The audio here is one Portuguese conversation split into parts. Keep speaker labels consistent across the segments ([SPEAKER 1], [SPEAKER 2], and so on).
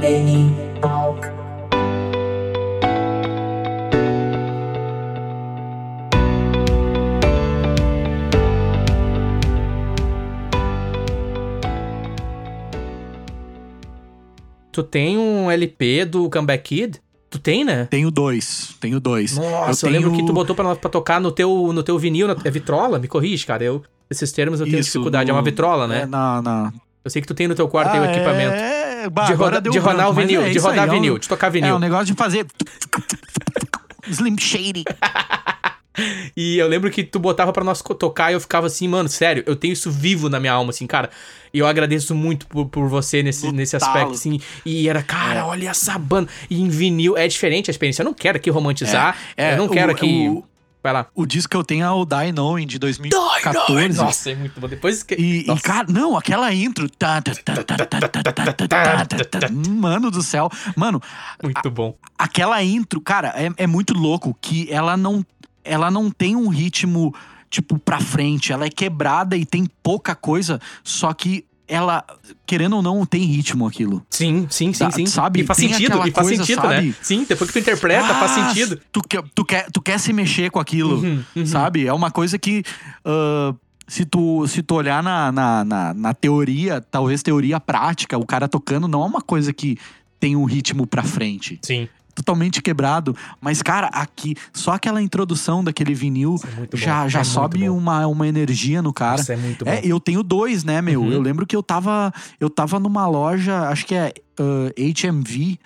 [SPEAKER 1] Perennial.
[SPEAKER 2] Tu tem um LP do Comeback Kid? Tu tem, né?
[SPEAKER 3] Tenho dois, tenho dois.
[SPEAKER 2] Nossa, eu,
[SPEAKER 3] tenho-
[SPEAKER 2] lembro que tu botou pra, pra tocar no teu, no teu vinil. Na, é vitrola? Me corrige, cara. Eu, esses termos eu tenho
[SPEAKER 3] Isso,
[SPEAKER 2] dificuldade.
[SPEAKER 3] no-
[SPEAKER 2] É uma vitrola,
[SPEAKER 3] É,
[SPEAKER 2] né?
[SPEAKER 3] na, na...
[SPEAKER 2] Eu sei que tu tem no teu quarto aí o
[SPEAKER 3] Ah,
[SPEAKER 2] equipamento.
[SPEAKER 3] É... Bah,
[SPEAKER 2] de,
[SPEAKER 3] agora
[SPEAKER 2] roda,
[SPEAKER 3] deu
[SPEAKER 2] de rodar
[SPEAKER 3] branco,
[SPEAKER 2] o
[SPEAKER 3] mas
[SPEAKER 2] vinil,
[SPEAKER 3] é
[SPEAKER 2] de
[SPEAKER 3] isso
[SPEAKER 2] rodar
[SPEAKER 3] aí, é um-
[SPEAKER 2] vinil, de tocar
[SPEAKER 3] É
[SPEAKER 2] vinil.
[SPEAKER 3] um negócio de fazer... Slim Shady.
[SPEAKER 2] E eu lembro que tu botava pra nós co- tocar e eu ficava assim, mano, sério, eu tenho isso vivo na minha alma, assim, cara. E eu agradeço muito por, por você nesse,
[SPEAKER 3] No
[SPEAKER 2] nesse
[SPEAKER 3] talo.
[SPEAKER 2] aspecto, assim. E era, cara,
[SPEAKER 3] É.
[SPEAKER 2] olha essa banda. E em vinil é diferente a experiência. Eu não quero aqui
[SPEAKER 3] É.
[SPEAKER 2] romantizar. eu não
[SPEAKER 3] o-
[SPEAKER 2] quero aqui.
[SPEAKER 3] O,
[SPEAKER 2] Vai lá.
[SPEAKER 3] o disco que eu tenho é o Die Knowing, de 2014.
[SPEAKER 2] Nossa, é muito bom. Depois que.
[SPEAKER 3] E, e,
[SPEAKER 2] Nossa.
[SPEAKER 3] cara, não, aquela intro. tá, tá, tá, tá, tá, tá, tá, tá, tá, tá, tá. Mano do céu. Mano,
[SPEAKER 2] Muito bom.
[SPEAKER 3] aquela intro, cara, é, é muito louco que ela não, ela não tem um ritmo, tipo, pra frente. Ela é quebrada e tem pouca coisa, só que ela, querendo ou não, tem ritmo aquilo.
[SPEAKER 2] Sim, sim, sim,
[SPEAKER 3] Tá,
[SPEAKER 2] sim.
[SPEAKER 3] sabe?
[SPEAKER 2] E faz
[SPEAKER 3] Tem
[SPEAKER 2] sentido,
[SPEAKER 3] aquela
[SPEAKER 2] e faz
[SPEAKER 3] coisa,
[SPEAKER 2] sentido, né?
[SPEAKER 3] sabe?
[SPEAKER 2] Sim, depois que tu interpreta, É, tá, faz
[SPEAKER 3] Ah,
[SPEAKER 2] sentido.
[SPEAKER 3] Tu quer, tu, quer, tu quer se mexer com aquilo,
[SPEAKER 2] Uhum, uhum.
[SPEAKER 3] sabe? É uma coisa que. ah, se tu, se tu olhar na, na, na, na teoria, talvez teoria prática, o cara tocando não é uma coisa que tem um ritmo pra frente.
[SPEAKER 2] Sim,
[SPEAKER 3] Totalmente quebrado. Mas, cara, aqui, só aquela introdução daquele vinil
[SPEAKER 2] isso é muito bom.
[SPEAKER 3] já, já
[SPEAKER 2] É muito
[SPEAKER 3] sobe
[SPEAKER 2] bom.
[SPEAKER 3] uma, uma energia no cara.
[SPEAKER 2] Isso é muito bom.
[SPEAKER 3] É, eu tenho dois, né, meu?
[SPEAKER 2] Uhum.
[SPEAKER 3] Eu lembro que eu tava, eu tava numa loja, acho que é ah, HMV,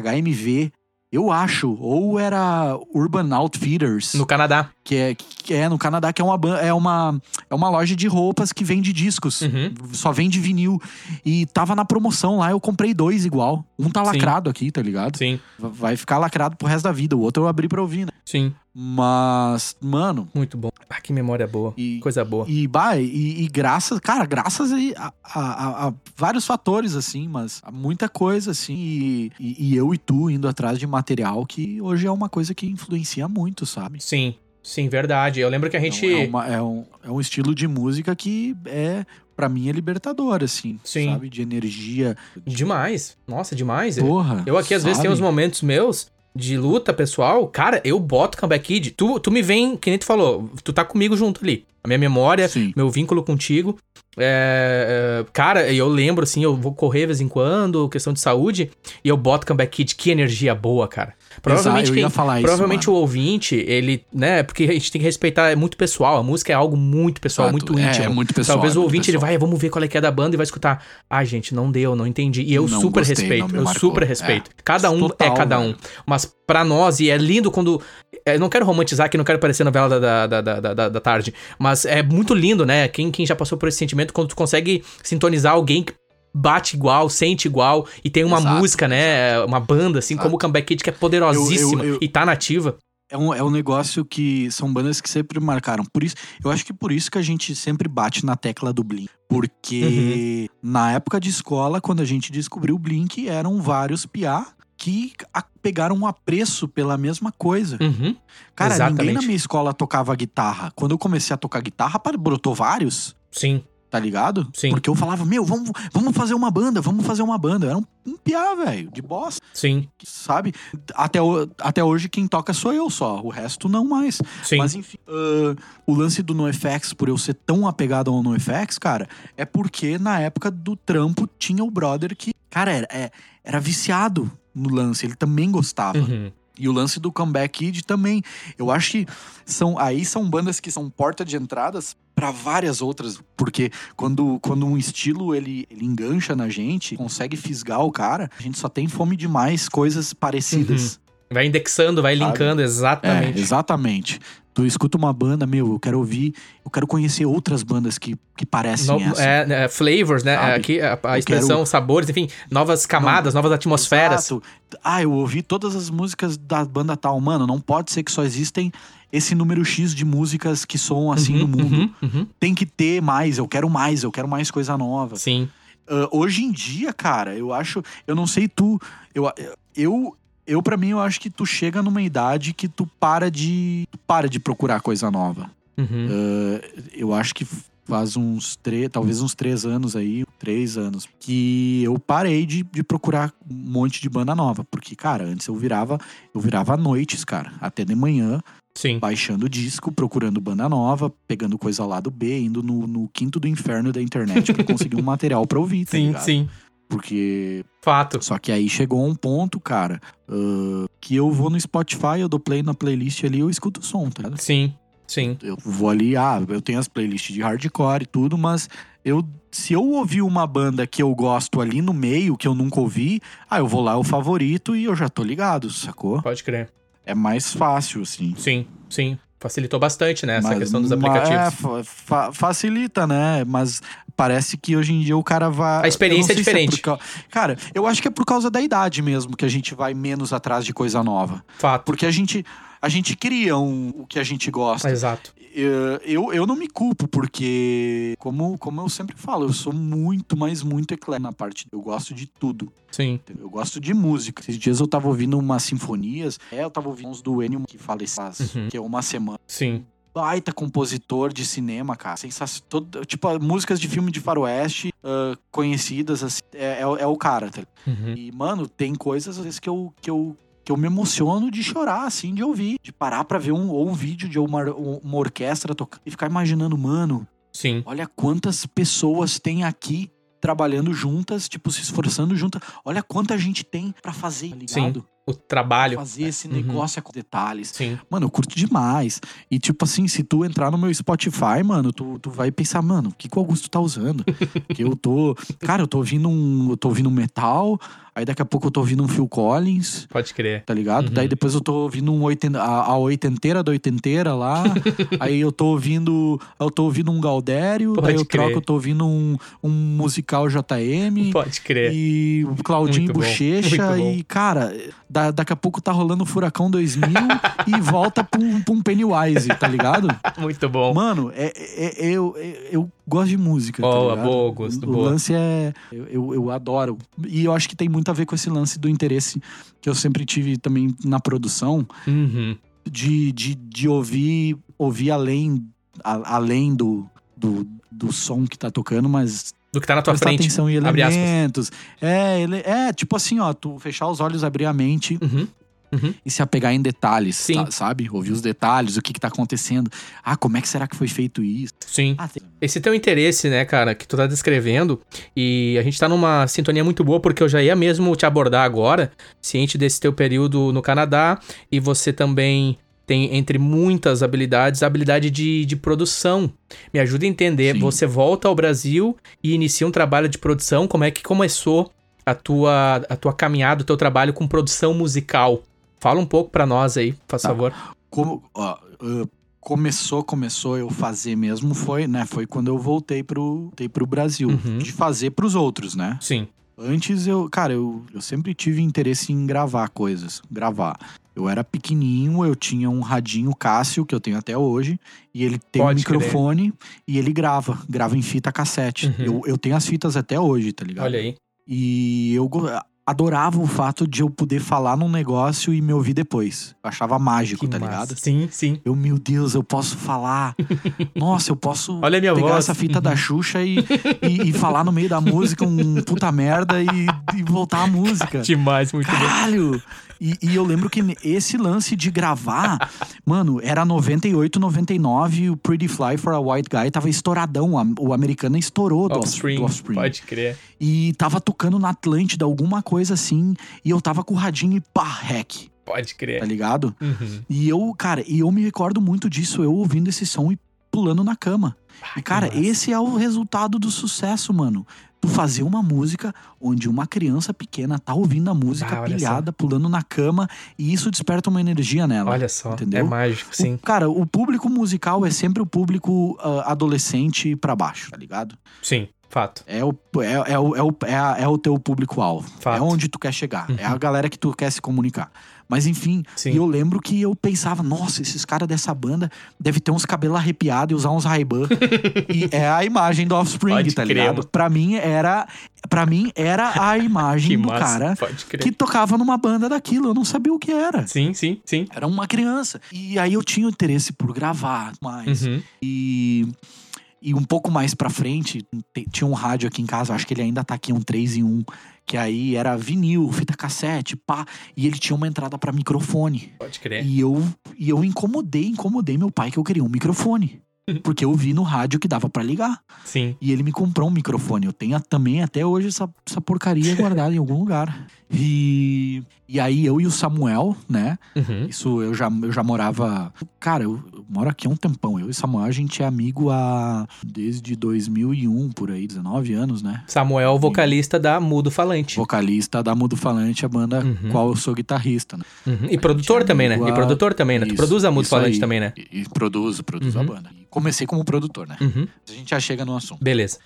[SPEAKER 3] HMV, eu acho, ou era Urban Outfitters,
[SPEAKER 2] No Canadá.
[SPEAKER 3] que, é, que é no Canadá, que é uma, ban- é, uma, é uma loja de roupas que vende discos.
[SPEAKER 2] Uhum.
[SPEAKER 3] Só vende vinil. E tava na promoção lá, eu comprei dois igual. Um tá
[SPEAKER 2] Sim.
[SPEAKER 3] lacrado aqui, tá ligado?
[SPEAKER 2] Sim,
[SPEAKER 3] V- Vai ficar lacrado pro resto da vida. O outro eu abri pra ouvir, né?
[SPEAKER 2] sim.
[SPEAKER 3] Mas, mano,
[SPEAKER 2] Muito bom. Ah, que memória boa.
[SPEAKER 3] E-
[SPEAKER 2] Coisa boa.
[SPEAKER 3] E, bah, e, e graças, cara, graças a, a- a- a vários fatores, assim, mas a muita coisa, assim, e, e- e eu e tu indo atrás de material que hoje é uma coisa que influencia muito, sabe?
[SPEAKER 2] Sim, sim, verdade. Eu lembro que a
[SPEAKER 3] Então,
[SPEAKER 2] gente.
[SPEAKER 3] é, uma- é um, é um estilo de música que é, pra mim, é libertador, assim,
[SPEAKER 2] Sim.
[SPEAKER 3] sabe? De energia,
[SPEAKER 2] Demais. Nossa, demais.
[SPEAKER 3] porra.
[SPEAKER 2] Eu aqui às vezes
[SPEAKER 3] sabe?
[SPEAKER 2] tenho uns momentos meus de luta pessoal. Cara, eu boto Comeback Kid. Tu, tu me vem, que nem tu falou, tu tá comigo junto ali. A minha memória,
[SPEAKER 3] Sim.
[SPEAKER 2] meu vínculo contigo. É, é, cara, eu lembro assim, eu vou correr de vez em quando, questão de saúde, e eu boto Comeback Kid. Que energia boa, cara. Provavelmente
[SPEAKER 3] Exato, eu
[SPEAKER 2] quem,
[SPEAKER 3] ia falar isso,
[SPEAKER 2] Provavelmente
[SPEAKER 3] mano.
[SPEAKER 2] o ouvinte, ele, né, porque a gente tem que respeitar, é muito pessoal, a música é algo muito pessoal,
[SPEAKER 3] Exato,
[SPEAKER 2] muito
[SPEAKER 3] é,
[SPEAKER 2] íntimo.
[SPEAKER 3] é muito pessoal,
[SPEAKER 2] Talvez
[SPEAKER 3] é
[SPEAKER 2] o
[SPEAKER 3] muito
[SPEAKER 2] ouvinte, ele
[SPEAKER 3] pessoal.
[SPEAKER 2] vai, vamos ver qual é que é da banda e vai escutar, ah, gente, não deu, não entendi. E eu
[SPEAKER 3] Não
[SPEAKER 2] super
[SPEAKER 3] gostei,
[SPEAKER 2] respeito,
[SPEAKER 3] não me
[SPEAKER 2] eu
[SPEAKER 3] marcou.
[SPEAKER 2] super
[SPEAKER 3] É.
[SPEAKER 2] respeito. Cada um é
[SPEAKER 3] Total, né?
[SPEAKER 2] cada um.
[SPEAKER 3] velho.
[SPEAKER 2] Mas pra nós, e é lindo quando, é, eu não quero romantizar, que não quero parecer novela da, da, da, da- da, da tarde, mas é muito lindo, né, quem, quem já passou por esse sentimento, quando tu consegue sintonizar alguém que bate igual, sente igual, e tem uma
[SPEAKER 3] Exato,
[SPEAKER 2] música, né, uma banda, assim,
[SPEAKER 3] exato.
[SPEAKER 2] como o Comeback Kid, que é poderosíssima
[SPEAKER 3] eu- eu-
[SPEAKER 2] e tá nativa.
[SPEAKER 3] É um, é um negócio que são bandas que sempre marcaram. Por isso, eu acho que por isso que a gente sempre bate na tecla do Blink. Porque
[SPEAKER 2] Uhum.
[SPEAKER 3] na época de escola, quando a gente descobriu o Blink, eram vários piá que a- pegaram um apreço pela mesma coisa.
[SPEAKER 2] Uhum.
[SPEAKER 3] Cara, ninguém na
[SPEAKER 2] exatamente.
[SPEAKER 3] minha escola tocava guitarra. Quando eu comecei a tocar guitarra, pá, brotou vários.
[SPEAKER 2] Sim,
[SPEAKER 3] Tá ligado?
[SPEAKER 2] Sim.
[SPEAKER 3] Porque eu falava, meu, vamos, vamos fazer uma banda, vamos fazer uma banda. Eu Era um, um piá, velho, de bosta
[SPEAKER 2] sim,
[SPEAKER 3] sabe? Até, o- até hoje quem toca sou eu só, o resto não mais.
[SPEAKER 2] sim.
[SPEAKER 3] Mas enfim, ah, o lance do NoFX, por eu ser tão apegado ao NoFX, cara, é porque na época do trampo tinha o brother que, cara, era, é- era viciado no lance, ele também gostava.
[SPEAKER 2] Uhum.
[SPEAKER 3] E o lance do Comeback Kid também. Eu acho que são aí são bandas que são porta de entradas para várias outras, porque quando, quando um estilo ele, ele engancha na gente, consegue fisgar o cara, a gente só tem fome de mais coisas parecidas.
[SPEAKER 2] Vai indexando, vai
[SPEAKER 3] Sabe?
[SPEAKER 2] linkando,
[SPEAKER 3] É,
[SPEAKER 2] exatamente.
[SPEAKER 3] exatamente. Tu escuta uma banda, meu, eu quero ouvir, eu quero conhecer outras bandas que, que parecem
[SPEAKER 2] No-
[SPEAKER 3] essa.
[SPEAKER 2] é, né, flavors, né?
[SPEAKER 3] Sabe?
[SPEAKER 2] Aqui a, a
[SPEAKER 3] Eu
[SPEAKER 2] expressão,
[SPEAKER 3] quero-
[SPEAKER 2] sabores, enfim, novas camadas, novas atmosferas.
[SPEAKER 3] Exato. Ah, eu ouvi todas as músicas da banda tal. Mano, não pode ser que só existem esse número X de músicas que soam assim
[SPEAKER 2] Uhum,
[SPEAKER 3] no mundo.
[SPEAKER 2] uhum, uhum.
[SPEAKER 3] tem que ter mais, eu quero mais, eu quero mais coisa nova.
[SPEAKER 2] Sim.
[SPEAKER 3] Ah, hoje em dia, cara, eu acho, eu não sei tu, eu eu eu para mim eu acho que tu chega numa idade que tu para de tu para de procurar coisa nova.
[SPEAKER 2] Uhum.
[SPEAKER 3] Eu acho que f- faz uns três, talvez uns três anos aí, três anos, que eu parei de, de procurar um monte de banda nova. Porque, cara, antes eu virava, eu virava à noites, cara, até de manhã, tá
[SPEAKER 2] Sim.
[SPEAKER 3] baixando disco, procurando banda nova, pegando coisa lá do B, indo no, no quinto do inferno da internet pra conseguir um material pra ouvir, tá
[SPEAKER 2] Sim,
[SPEAKER 3] ligado?
[SPEAKER 2] sim.
[SPEAKER 3] Porque.
[SPEAKER 2] Fato.
[SPEAKER 3] Só que aí chegou um ponto, cara, ah, que eu vou no Spotify, eu dou play na playlist ali eu escuto o som, tá ligado?
[SPEAKER 2] Sim, sim.
[SPEAKER 3] eu vou ali, ah, eu tenho as playlists de hardcore e tudo, mas eu se eu ouvir uma banda que eu gosto ali no meio, que eu nunca ouvi, ah, eu vou lá, é o favorito e eu já tô ligado, sacou?
[SPEAKER 2] Pode crer.
[SPEAKER 3] É mais fácil, assim.
[SPEAKER 2] Sim, sim. Facilitou bastante, né? Essa
[SPEAKER 3] Mas-
[SPEAKER 2] questão dos
[SPEAKER 3] mas- é,
[SPEAKER 2] aplicativos.
[SPEAKER 3] fa- fa- facilita, né? Mas parece que hoje em dia o cara vai.
[SPEAKER 2] A experiência
[SPEAKER 3] eu não sei
[SPEAKER 2] é
[SPEAKER 3] se
[SPEAKER 2] diferente.
[SPEAKER 3] por cau- Cara, eu acho que é por causa da idade mesmo que a gente vai menos atrás de coisa nova.
[SPEAKER 2] Fato.
[SPEAKER 3] Porque a gente, a gente cria um- o que a gente gosta.
[SPEAKER 2] Exato.
[SPEAKER 3] Eh, eu, eu não me culpo, porque, como, como eu sempre falo, eu sou muito, mas muito eclético na parte. Eu gosto de tudo.
[SPEAKER 2] Sim.
[SPEAKER 3] entendeu? Eu gosto de música. Esses dias eu tava ouvindo umas sinfonias. É, eu tava ouvindo uns do Ennio que faleceu, faz,
[SPEAKER 2] Uhum.
[SPEAKER 3] que é uma semana.
[SPEAKER 2] Sim.
[SPEAKER 3] Baita compositor de cinema, cara. Sensacional. Todo- Tipo, músicas de filme de faroeste ah, conhecidas, assim. É, é, o- é o cara, tá ligado?
[SPEAKER 2] Uhum.
[SPEAKER 3] E, mano, tem coisas às vezes que eu, que eu, que eu me emociono de chorar, assim, de ouvir. De parar pra ver um, ou um vídeo de uma, uma orquestra tocando e ficar imaginando, mano,
[SPEAKER 2] Sim.
[SPEAKER 3] olha quantas pessoas tem aqui trabalhando juntas, tipo, se esforçando juntas. Olha quanta gente tem pra fazer, tá ligado?
[SPEAKER 2] O trabalho.
[SPEAKER 3] Fazer esse
[SPEAKER 2] Uhum.
[SPEAKER 3] negócio com detalhes.
[SPEAKER 2] Sim.
[SPEAKER 3] Mano, eu curto demais. E, tipo assim, se tu entrar no meu Spotify, mano, tu, tu vai pensar, mano, o que, que o Augusto tá usando? que eu tô. Cara, eu tô ouvindo um. Eu tô ouvindo um metal, aí daqui a pouco eu tô ouvindo um Phil Collins.
[SPEAKER 2] Pode crer.
[SPEAKER 3] Tá ligado?
[SPEAKER 2] Uhum.
[SPEAKER 3] Daí depois eu tô ouvindo um oiten, a, a oitenteira da oitenteira lá. aí eu tô ouvindo. Eu tô ouvindo um Galdério.
[SPEAKER 2] Pode
[SPEAKER 3] daí eu
[SPEAKER 2] crer.
[SPEAKER 3] troco, eu tô ouvindo um, um musical JM.
[SPEAKER 2] Pode crer.
[SPEAKER 3] E o Claudinho
[SPEAKER 2] É. Muito bom,
[SPEAKER 3] Bochecha.
[SPEAKER 2] muito bom.
[SPEAKER 3] E, cara, da, daqui a pouco tá rolando o Furacão 2000 e volta pra um, pra um Pennywise, tá ligado?
[SPEAKER 2] Muito bom.
[SPEAKER 3] Mano, é, é- é- eu, é- eu gosto de música.
[SPEAKER 2] Boa,
[SPEAKER 3] tá ligado?
[SPEAKER 2] boa, Augusto,
[SPEAKER 3] O
[SPEAKER 2] boa.
[SPEAKER 3] lance é. Eu, eu, eu adoro. E eu acho que tem muito a ver com esse lance do interesse que eu sempre tive também na produção
[SPEAKER 2] Uhum.
[SPEAKER 3] de, de, de ouvir, ouvir além, a- além do, do, do som que tá tocando, mas
[SPEAKER 2] Do que tá na tua
[SPEAKER 3] prestar
[SPEAKER 2] frente.
[SPEAKER 3] atenção em
[SPEAKER 2] abre aspas.
[SPEAKER 3] elementos. É, ele, é, tipo assim, ó, tu fechar os olhos, abrir a mente
[SPEAKER 2] Uhum.
[SPEAKER 3] e se apegar em detalhes,
[SPEAKER 2] Sim.
[SPEAKER 3] tá- sabe? Ouvir os detalhes, o que que tá acontecendo. Ah, como é que será que foi feito isso?
[SPEAKER 2] Sim.
[SPEAKER 3] Ah, tem...
[SPEAKER 2] Esse teu interesse, né, cara, que tu tá descrevendo, e a gente tá numa sintonia muito boa, porque eu já ia mesmo te abordar agora, ciente desse teu período no Canadá, e você também tem, entre muitas habilidades, a habilidade de, de produção. Me ajuda a entender,
[SPEAKER 3] Sim.
[SPEAKER 2] você volta ao Brasil e inicia um trabalho de produção, como é que começou a tua, a tua caminhada, o teu trabalho com produção musical? Fala um pouco pra nós aí, faz
[SPEAKER 3] Tá.
[SPEAKER 2] favor.
[SPEAKER 3] como ó, ah, começou começou eu fazer mesmo foi né foi quando eu voltei pro voltei pro Brasil
[SPEAKER 2] Uhum.
[SPEAKER 3] de fazer pros outros né
[SPEAKER 2] Sim.
[SPEAKER 3] antes eu cara eu, eu sempre tive interesse em gravar coisas gravar eu era pequenininho eu tinha um radinho Cássio que eu tenho até hoje e ele tem um
[SPEAKER 2] Pode crer.
[SPEAKER 3] microfone e ele grava grava em fita cassete
[SPEAKER 2] Uhum.
[SPEAKER 3] eu, eu tenho as fitas até hoje tá ligado
[SPEAKER 2] Olha aí.
[SPEAKER 3] e eu go- adorava o fato de eu poder falar num negócio e me ouvir depois eu achava mágico
[SPEAKER 2] Que
[SPEAKER 3] tá
[SPEAKER 2] massa.
[SPEAKER 3] ligado
[SPEAKER 2] Sim, sim.
[SPEAKER 3] eu, meu Deus, eu posso falar. Nossa, eu posso
[SPEAKER 2] Olha a minha
[SPEAKER 3] pegar
[SPEAKER 2] voz.
[SPEAKER 3] essa fita da Xuxa e, e, e falar no meio da música um puta merda e, e voltar à
[SPEAKER 2] Tipo,
[SPEAKER 3] música.
[SPEAKER 2] Demais, muito bom.
[SPEAKER 3] Caralho! E, e eu lembro que esse lance de gravar, mano, era 98, 99 e o Pretty Fly for a White Guy tava estouradão. a- O americano estourou do
[SPEAKER 2] Offspring,
[SPEAKER 3] Offspring. Do Offspring.
[SPEAKER 2] pode crer.
[SPEAKER 3] E tava tocando na Atlântida, alguma coisa assim. E eu tava com o radinho e pá, hack,
[SPEAKER 2] Pode
[SPEAKER 3] tá
[SPEAKER 2] crer.
[SPEAKER 3] ligado?
[SPEAKER 2] Uhum.
[SPEAKER 3] E eu, cara, e eu me recordo muito disso, eu ouvindo esse som e pulando na cama. E, cara,
[SPEAKER 2] massa.
[SPEAKER 3] esse é o resultado do sucesso, mano. Tu fazer uma música onde uma criança pequena tá ouvindo a música
[SPEAKER 2] Ah, olha
[SPEAKER 3] pilhada, pulando na cama, e isso desperta uma energia nela.
[SPEAKER 2] Olha só,
[SPEAKER 3] entendeu? Uh.
[SPEAKER 2] é mágico, sim.
[SPEAKER 3] O- cara, o público musical é sempre o público ah, adolescente pra baixo, tá ligado?
[SPEAKER 2] Sim, fato.
[SPEAKER 3] É o, é, é o, é o, é a- é o teu público-alvo.
[SPEAKER 2] Fato. Uhum.
[SPEAKER 3] É onde tu quer chegar. É a galera que tu quer se comunicar. Mas enfim,
[SPEAKER 2] Sim.
[SPEAKER 3] e eu lembro que eu pensava, nossa, esses caras dessa banda devem ter uns cabelos arrepiados e usar uns ray E é a imagem do Offspring,
[SPEAKER 2] Pode
[SPEAKER 3] tá
[SPEAKER 2] crer,
[SPEAKER 3] ligado?
[SPEAKER 2] mano.
[SPEAKER 3] Pra mim era, pra mim era a
[SPEAKER 2] Que
[SPEAKER 3] imagem do
[SPEAKER 2] massa,
[SPEAKER 3] cara
[SPEAKER 2] pode crer.
[SPEAKER 3] que tocava numa banda daquilo. Eu não sabia o que era.
[SPEAKER 2] Sim, sim, sim.
[SPEAKER 3] Era uma criança. E aí eu tinha o interesse por gravar mais.
[SPEAKER 2] Uhum.
[SPEAKER 3] E E um pouco mais pra frente, te- tinha um rádio aqui em casa, acho que ele ainda tá aqui, um 3 em 1, que aí era vinil, fita cassete, pá, e ele tinha uma entrada pra microfone.
[SPEAKER 2] Pode crer.
[SPEAKER 3] E eu, e eu incomodei, incomodei meu pai que eu queria um microfone.
[SPEAKER 2] Uhum.
[SPEAKER 3] Porque eu vi no rádio que dava pra ligar.
[SPEAKER 2] Sim.
[SPEAKER 3] E ele me comprou um microfone. Eu tenho a- também até hoje essa, essa porcaria guardada em algum lugar. E, e aí eu e o Samuel, né?
[SPEAKER 2] Uhum.
[SPEAKER 3] Isso eu já, eu já morava. Cara, eu, eu moro aqui há um tempão. Eu e Samuel, a gente é amigo há. Desde 2001, por aí, 19 anos, né?
[SPEAKER 2] Samuel, vocalista da Mudo Falante.
[SPEAKER 3] Vocalista da Mudo Falante, a banda
[SPEAKER 2] Uhum.
[SPEAKER 3] qual eu sou guitarrista, né?
[SPEAKER 2] Uhum. E produtor
[SPEAKER 3] amigo
[SPEAKER 2] também, né? E
[SPEAKER 3] há-
[SPEAKER 2] produtor também, né? Tu
[SPEAKER 3] Isso,
[SPEAKER 2] produz a Mudo
[SPEAKER 3] isso
[SPEAKER 2] Falante
[SPEAKER 3] aí.
[SPEAKER 2] também, né?
[SPEAKER 3] E, e produzo, produzo
[SPEAKER 2] Uhum.
[SPEAKER 3] a banda. E comecei como produtor, né?
[SPEAKER 2] Uhum.
[SPEAKER 3] A gente já chega no assunto.
[SPEAKER 2] Beleza.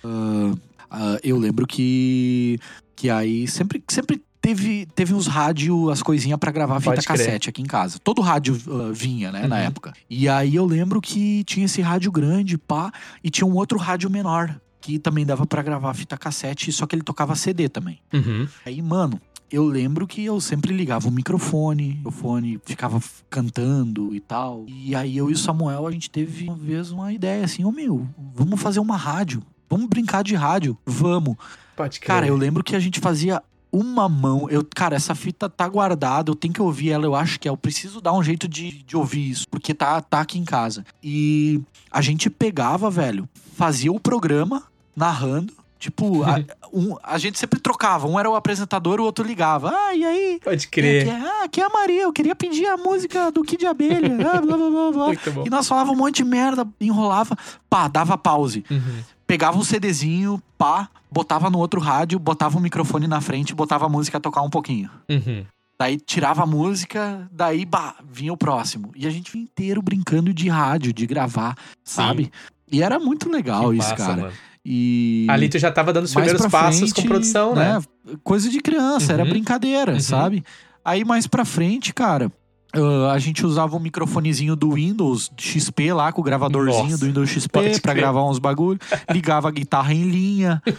[SPEAKER 3] Ah, eu lembro que. Que aí sempre, sempre teve, teve uns rádio, as coisinhas pra gravar fita
[SPEAKER 2] Pode crer.
[SPEAKER 3] cassete aqui em casa. Todo rádio ah, vinha, né, na
[SPEAKER 2] Uhum.
[SPEAKER 3] época. E aí eu lembro que tinha esse rádio grande, pá, e tinha um outro rádio menor, que também dava pra gravar fita cassete, só que ele tocava CD também.
[SPEAKER 2] Uhum.
[SPEAKER 3] Aí, mano, eu lembro que eu sempre ligava o microfone, o fone ficava f- cantando e tal. E aí eu e o Samuel, a gente teve uma vez uma ideia assim, ô meu, vamos fazer uma rádio. Vamos brincar de rádio, vamos.
[SPEAKER 2] Pode crer.
[SPEAKER 3] Cara, eu lembro que a gente fazia uma mão. Eu, cara, essa fita tá guardada, eu tenho que ouvir ela, eu acho que é. Eu preciso dar um jeito de, de ouvir isso, porque tá, tá aqui em casa. E a gente pegava, velho, fazia o programa narrando. Tipo, a, um- a gente sempre trocava. Um era o apresentador, o outro ligava. Ah, e aí?
[SPEAKER 2] Pode
[SPEAKER 3] Quem é
[SPEAKER 2] crer.
[SPEAKER 3] que é? Ah, aqui é a Maria, eu queria pedir a música do Kid Abelha. Ah, blá, blá, blá, blá.
[SPEAKER 2] Muito bom.
[SPEAKER 3] E nós falava um monte de merda, enrolava. Pá, dava pause
[SPEAKER 2] Uhum.
[SPEAKER 3] pegava um CDzinho, pá, botava no outro rádio, botava o microfone na frente, botava a música a tocar um pouquinho.
[SPEAKER 2] Uhum.
[SPEAKER 3] Daí tirava a música, daí, bah, vinha o próximo. E a gente vinha inteiro brincando de rádio, de gravar, sabe? E era muito legal
[SPEAKER 2] Que
[SPEAKER 3] isso,
[SPEAKER 2] massa,
[SPEAKER 3] cara.
[SPEAKER 2] mano.
[SPEAKER 3] E.
[SPEAKER 2] Ali tu já tava dando os
[SPEAKER 3] mais
[SPEAKER 2] primeiros
[SPEAKER 3] pra
[SPEAKER 2] passos com
[SPEAKER 3] frente,
[SPEAKER 2] produção, né?
[SPEAKER 3] Coisa de criança, era
[SPEAKER 2] Uhum.
[SPEAKER 3] brincadeira,
[SPEAKER 2] Uhum.
[SPEAKER 3] sabe? Aí mais pra frente, cara. ah, a gente usava um microfonezinho do Windows XP lá, com o gravadorzinho
[SPEAKER 2] Nossa,
[SPEAKER 3] do Windows
[SPEAKER 2] pode
[SPEAKER 3] XP pra
[SPEAKER 2] crer.
[SPEAKER 3] gravar uns bagulho. Ligava a guitarra em linha, um-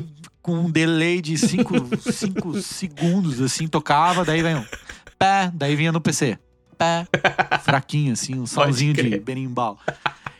[SPEAKER 3] um- com um delay de 5 segundos, assim, tocava, daí vem um pé, daí vinha no PC. Pé, fraquinho, assim, um somzinho de
[SPEAKER 2] crer.
[SPEAKER 3] berimbau.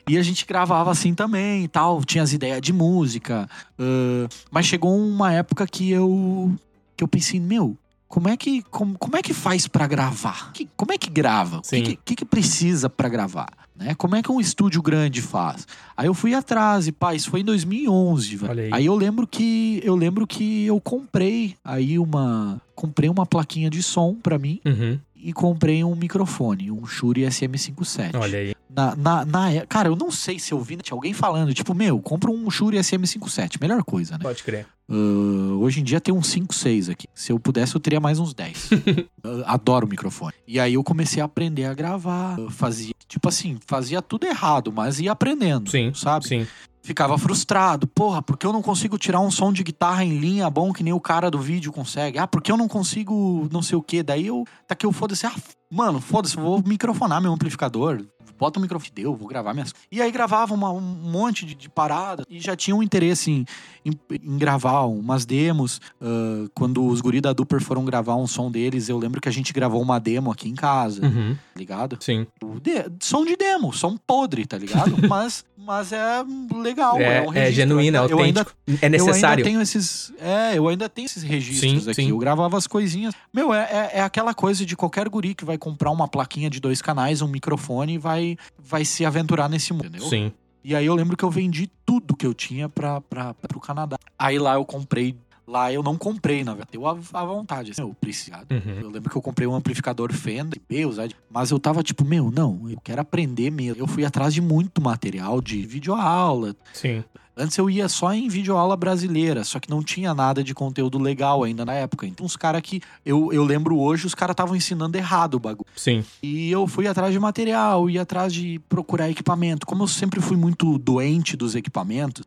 [SPEAKER 3] E a gente gravava assim também e tal, tinha as ideias de música. ah, mas chegou uma época que eu que eu pensei, meu, como é que como, como é que faz pra gravar? Que- como é que grava? O
[SPEAKER 2] Sim.
[SPEAKER 3] que, que, que precisa pra gravar? Né? Como é que um estúdio grande faz? Aí eu fui atrás e pá, isso foi em 2011, velho.
[SPEAKER 2] Olha aí.
[SPEAKER 3] Aí. eu lembro que eu lembro que eu comprei aí uma comprei uma plaquinha de som pra mim
[SPEAKER 2] Uhum.
[SPEAKER 3] e comprei um microfone, um Shure SM57.
[SPEAKER 2] Olha aí.
[SPEAKER 3] Na, na, na é- cara, eu não sei se eu vi tinha alguém falando, tipo, meu, compra um Shure SM57, melhor coisa, né?
[SPEAKER 2] Pode crer.
[SPEAKER 3] Ah, hoje em dia tem uns 5, 6 aqui. Se eu pudesse, eu teria mais uns 10. Ah, adoro o microfone. E aí eu comecei a aprender a gravar. Eu fazia, tipo assim, fazia tudo errado, mas ia aprendendo.
[SPEAKER 2] Sim,
[SPEAKER 3] Sabe?
[SPEAKER 2] Sim.
[SPEAKER 3] Ficava frustrado. Porra, porque eu não consigo tirar um som de guitarra em linha bom que nem o cara do vídeo consegue? Ah, porque eu não consigo não sei o quê. Daí eu. Tá que eu foda-se. Ah, f- mano, foda-se, eu vou microfonar meu amplificador. Bota o microfone. Deu, vou gravar minhas. E aí gravava uma- um monte de, de parada e já tinha um interesse em, em, em gravar umas demos. Ah, quando os guri da Duper foram gravar um som deles, eu lembro que a gente gravou uma demo aqui em casa,
[SPEAKER 2] Uhum.
[SPEAKER 3] tá ligado?
[SPEAKER 2] Sim.
[SPEAKER 3] tipo, de- som de demo, som podre, tá ligado? mas, mas é legal, é, um
[SPEAKER 2] é, é
[SPEAKER 3] registro.
[SPEAKER 2] genuíno, é
[SPEAKER 3] Eu ainda-
[SPEAKER 2] autêntico. É
[SPEAKER 3] Eu ainda
[SPEAKER 2] necessário.
[SPEAKER 3] tenho esses, é, eu ainda tenho esses registros
[SPEAKER 2] Sim,
[SPEAKER 3] aqui.
[SPEAKER 2] sim.
[SPEAKER 3] Eu gravava as coisinhas. Meu, é, é, é aquela coisa de qualquer guri que vai comprar uma plaquinha de dois canais, um microfone e vai, vai se aventurar nesse mundo, entendeu?
[SPEAKER 2] Sim.
[SPEAKER 3] E aí eu lembro que eu vendi tudo que eu tinha pra, pra, pro Canadá. Aí lá eu comprei, lá eu não comprei, na verdade. Eu à à vontade, assim, eu precisava.
[SPEAKER 2] Uhum.
[SPEAKER 3] Eu lembro que eu comprei um amplificador Fender, B, usar de- mas eu tava tipo, meu, não, eu quero aprender mesmo. Eu fui atrás de muito material de videoaula.
[SPEAKER 2] Sim.
[SPEAKER 3] Antes eu ia só em videoaula brasileira, só que não tinha nada de conteúdo legal ainda na época. Então os caras que eu, eu lembro hoje, os caras estavam ensinando errado o bagulho.
[SPEAKER 2] Sim.
[SPEAKER 3] E eu fui atrás de material, ia atrás de procurar equipamento. Como eu sempre fui muito doente dos equipamentos,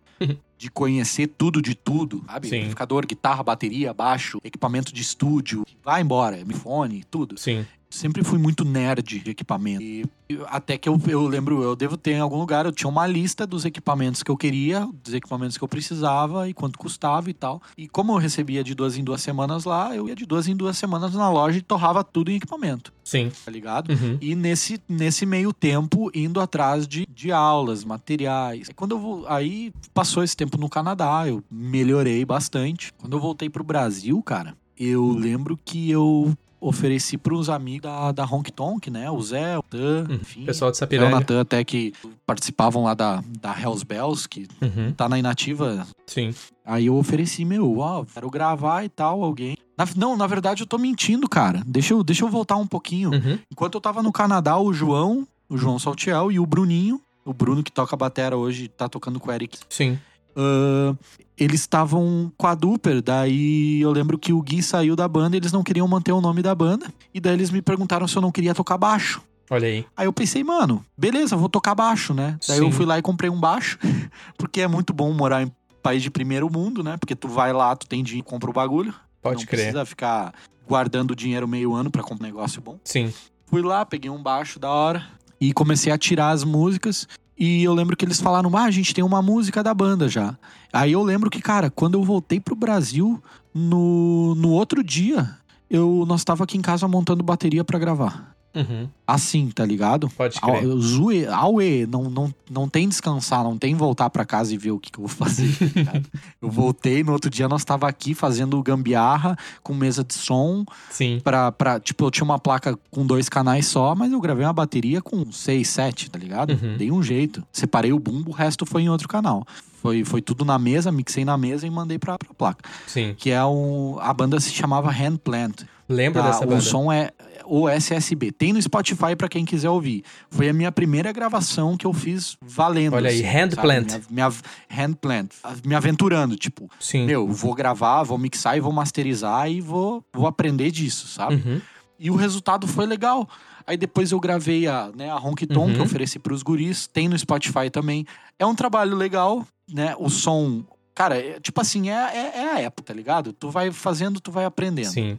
[SPEAKER 3] de conhecer tudo de tudo, sabe?
[SPEAKER 2] Sim.
[SPEAKER 3] Amplificador, guitarra, bateria, baixo, equipamento de estúdio, vai embora, microfone, tudo.
[SPEAKER 2] Sim.
[SPEAKER 3] Sempre fui muito nerd de equipamento. E eu- até que eu, eu lembro, eu devo ter em algum lugar, eu tinha uma lista dos equipamentos que eu queria, dos equipamentos que eu precisava e quanto custava e tal. E como eu recebia de duas em duas semanas lá, eu ia de duas em duas semanas na loja e torrava tudo em equipamento.
[SPEAKER 2] Sim.
[SPEAKER 3] tá ligado?
[SPEAKER 2] Uhum.
[SPEAKER 3] E nesse, nesse meio tempo, indo atrás de, de aulas, materiais. Quando eu vou, aí passou esse tempo no Canadá, eu melhorei bastante. Quando eu voltei pro Brasil, cara, eu lembro que eu ofereci para uns amigos da, da Honk Tonk, né? O Zé, o Tan,
[SPEAKER 2] Uhum.
[SPEAKER 3] enfim.
[SPEAKER 2] Pessoal de
[SPEAKER 3] Até o
[SPEAKER 2] Sapiranga.
[SPEAKER 3] Natan até que participavam lá da, da Hells Bells, que
[SPEAKER 2] Uhum.
[SPEAKER 3] tá na inativa.
[SPEAKER 2] Sim.
[SPEAKER 3] Aí eu ofereci, meu, ó, quero gravar e tal, alguém. Na- não, na verdade eu tô mentindo, cara. Deixa eu, deixa eu voltar um pouquinho.
[SPEAKER 2] Uhum.
[SPEAKER 3] Enquanto eu tava no Canadá, o João, o João Saltiel e o Bruninho, o Bruno que toca batera hoje, tá tocando com o Eric.
[SPEAKER 2] Sim.
[SPEAKER 3] ah, eles estavam quadruper, daí eu lembro que o Gui saiu da banda, eles não queriam manter o nome da banda, e daí eles me perguntaram se eu não queria tocar baixo.
[SPEAKER 2] Olha aí.
[SPEAKER 3] Aí eu pensei, mano, beleza, vou tocar baixo, né? Daí
[SPEAKER 2] Sim.
[SPEAKER 3] eu fui lá e comprei um baixo, porque é muito bom morar em país de primeiro mundo, né? Porque tu vai lá, tu tem dinheiro, compra o bagulho.
[SPEAKER 2] Pode
[SPEAKER 3] não
[SPEAKER 2] crer.
[SPEAKER 3] precisa ficar guardando dinheiro meio ano pra comprar um negócio bom.
[SPEAKER 2] Sim.
[SPEAKER 3] Fui lá, peguei um baixo da hora e comecei a tirar as músicas. E eu lembro que eles falaram: ah, a gente tem uma música da banda já. Aí eu lembro que, cara, quando eu voltei pro Brasil, no, no outro dia, eu nós tava aqui em casa montando bateria pra gravar.
[SPEAKER 2] Uhum.
[SPEAKER 3] Assim, tá ligado?
[SPEAKER 2] Pode
[SPEAKER 3] Au-
[SPEAKER 2] crer.
[SPEAKER 3] Zue, auê, não, não, não tem descansar, não tem voltar pra casa e ver o que, que eu vou fazer. tá ligado? eu voltei, no outro dia nós tava aqui fazendo gambiarra com mesa de som,
[SPEAKER 2] Sim.
[SPEAKER 3] pra, pra, tipo, eu tinha uma placa com dois canais só, mas eu gravei uma bateria com seis, sete, tá ligado?
[SPEAKER 2] Uhum.
[SPEAKER 3] Dei um jeito. Separei o bumbo, o resto foi em outro canal. Foi, foi tudo na mesa, mixei na mesa e mandei pra, pra placa.
[SPEAKER 2] Sim.
[SPEAKER 3] Que é um. A banda se chamava Hand Plant.
[SPEAKER 2] Lembra
[SPEAKER 3] Tá,
[SPEAKER 2] dessa
[SPEAKER 3] o
[SPEAKER 2] banda?
[SPEAKER 3] som é OSSB. Tem no Spotify pra quem quiser ouvir. Foi a minha primeira gravação que eu fiz valendo. assim,
[SPEAKER 2] Olha aí, Handplant.
[SPEAKER 3] sabe? Minha, minha handplant. Me aventurando, tipo,
[SPEAKER 2] Sim.
[SPEAKER 3] meu, vou gravar, vou mixar e vou masterizar e vou, vou aprender disso, sabe?
[SPEAKER 2] Uhum.
[SPEAKER 3] E o resultado foi legal. Aí depois eu gravei a, né, a Honky Tom,
[SPEAKER 2] Uhum.
[SPEAKER 3] que eu ofereci pros guris. Tem no Spotify também. É um trabalho legal, né? O som... Cara, é, tipo assim, é, é, é a época, tá ligado? Tu vai fazendo, tu vai aprendendo
[SPEAKER 2] Sim.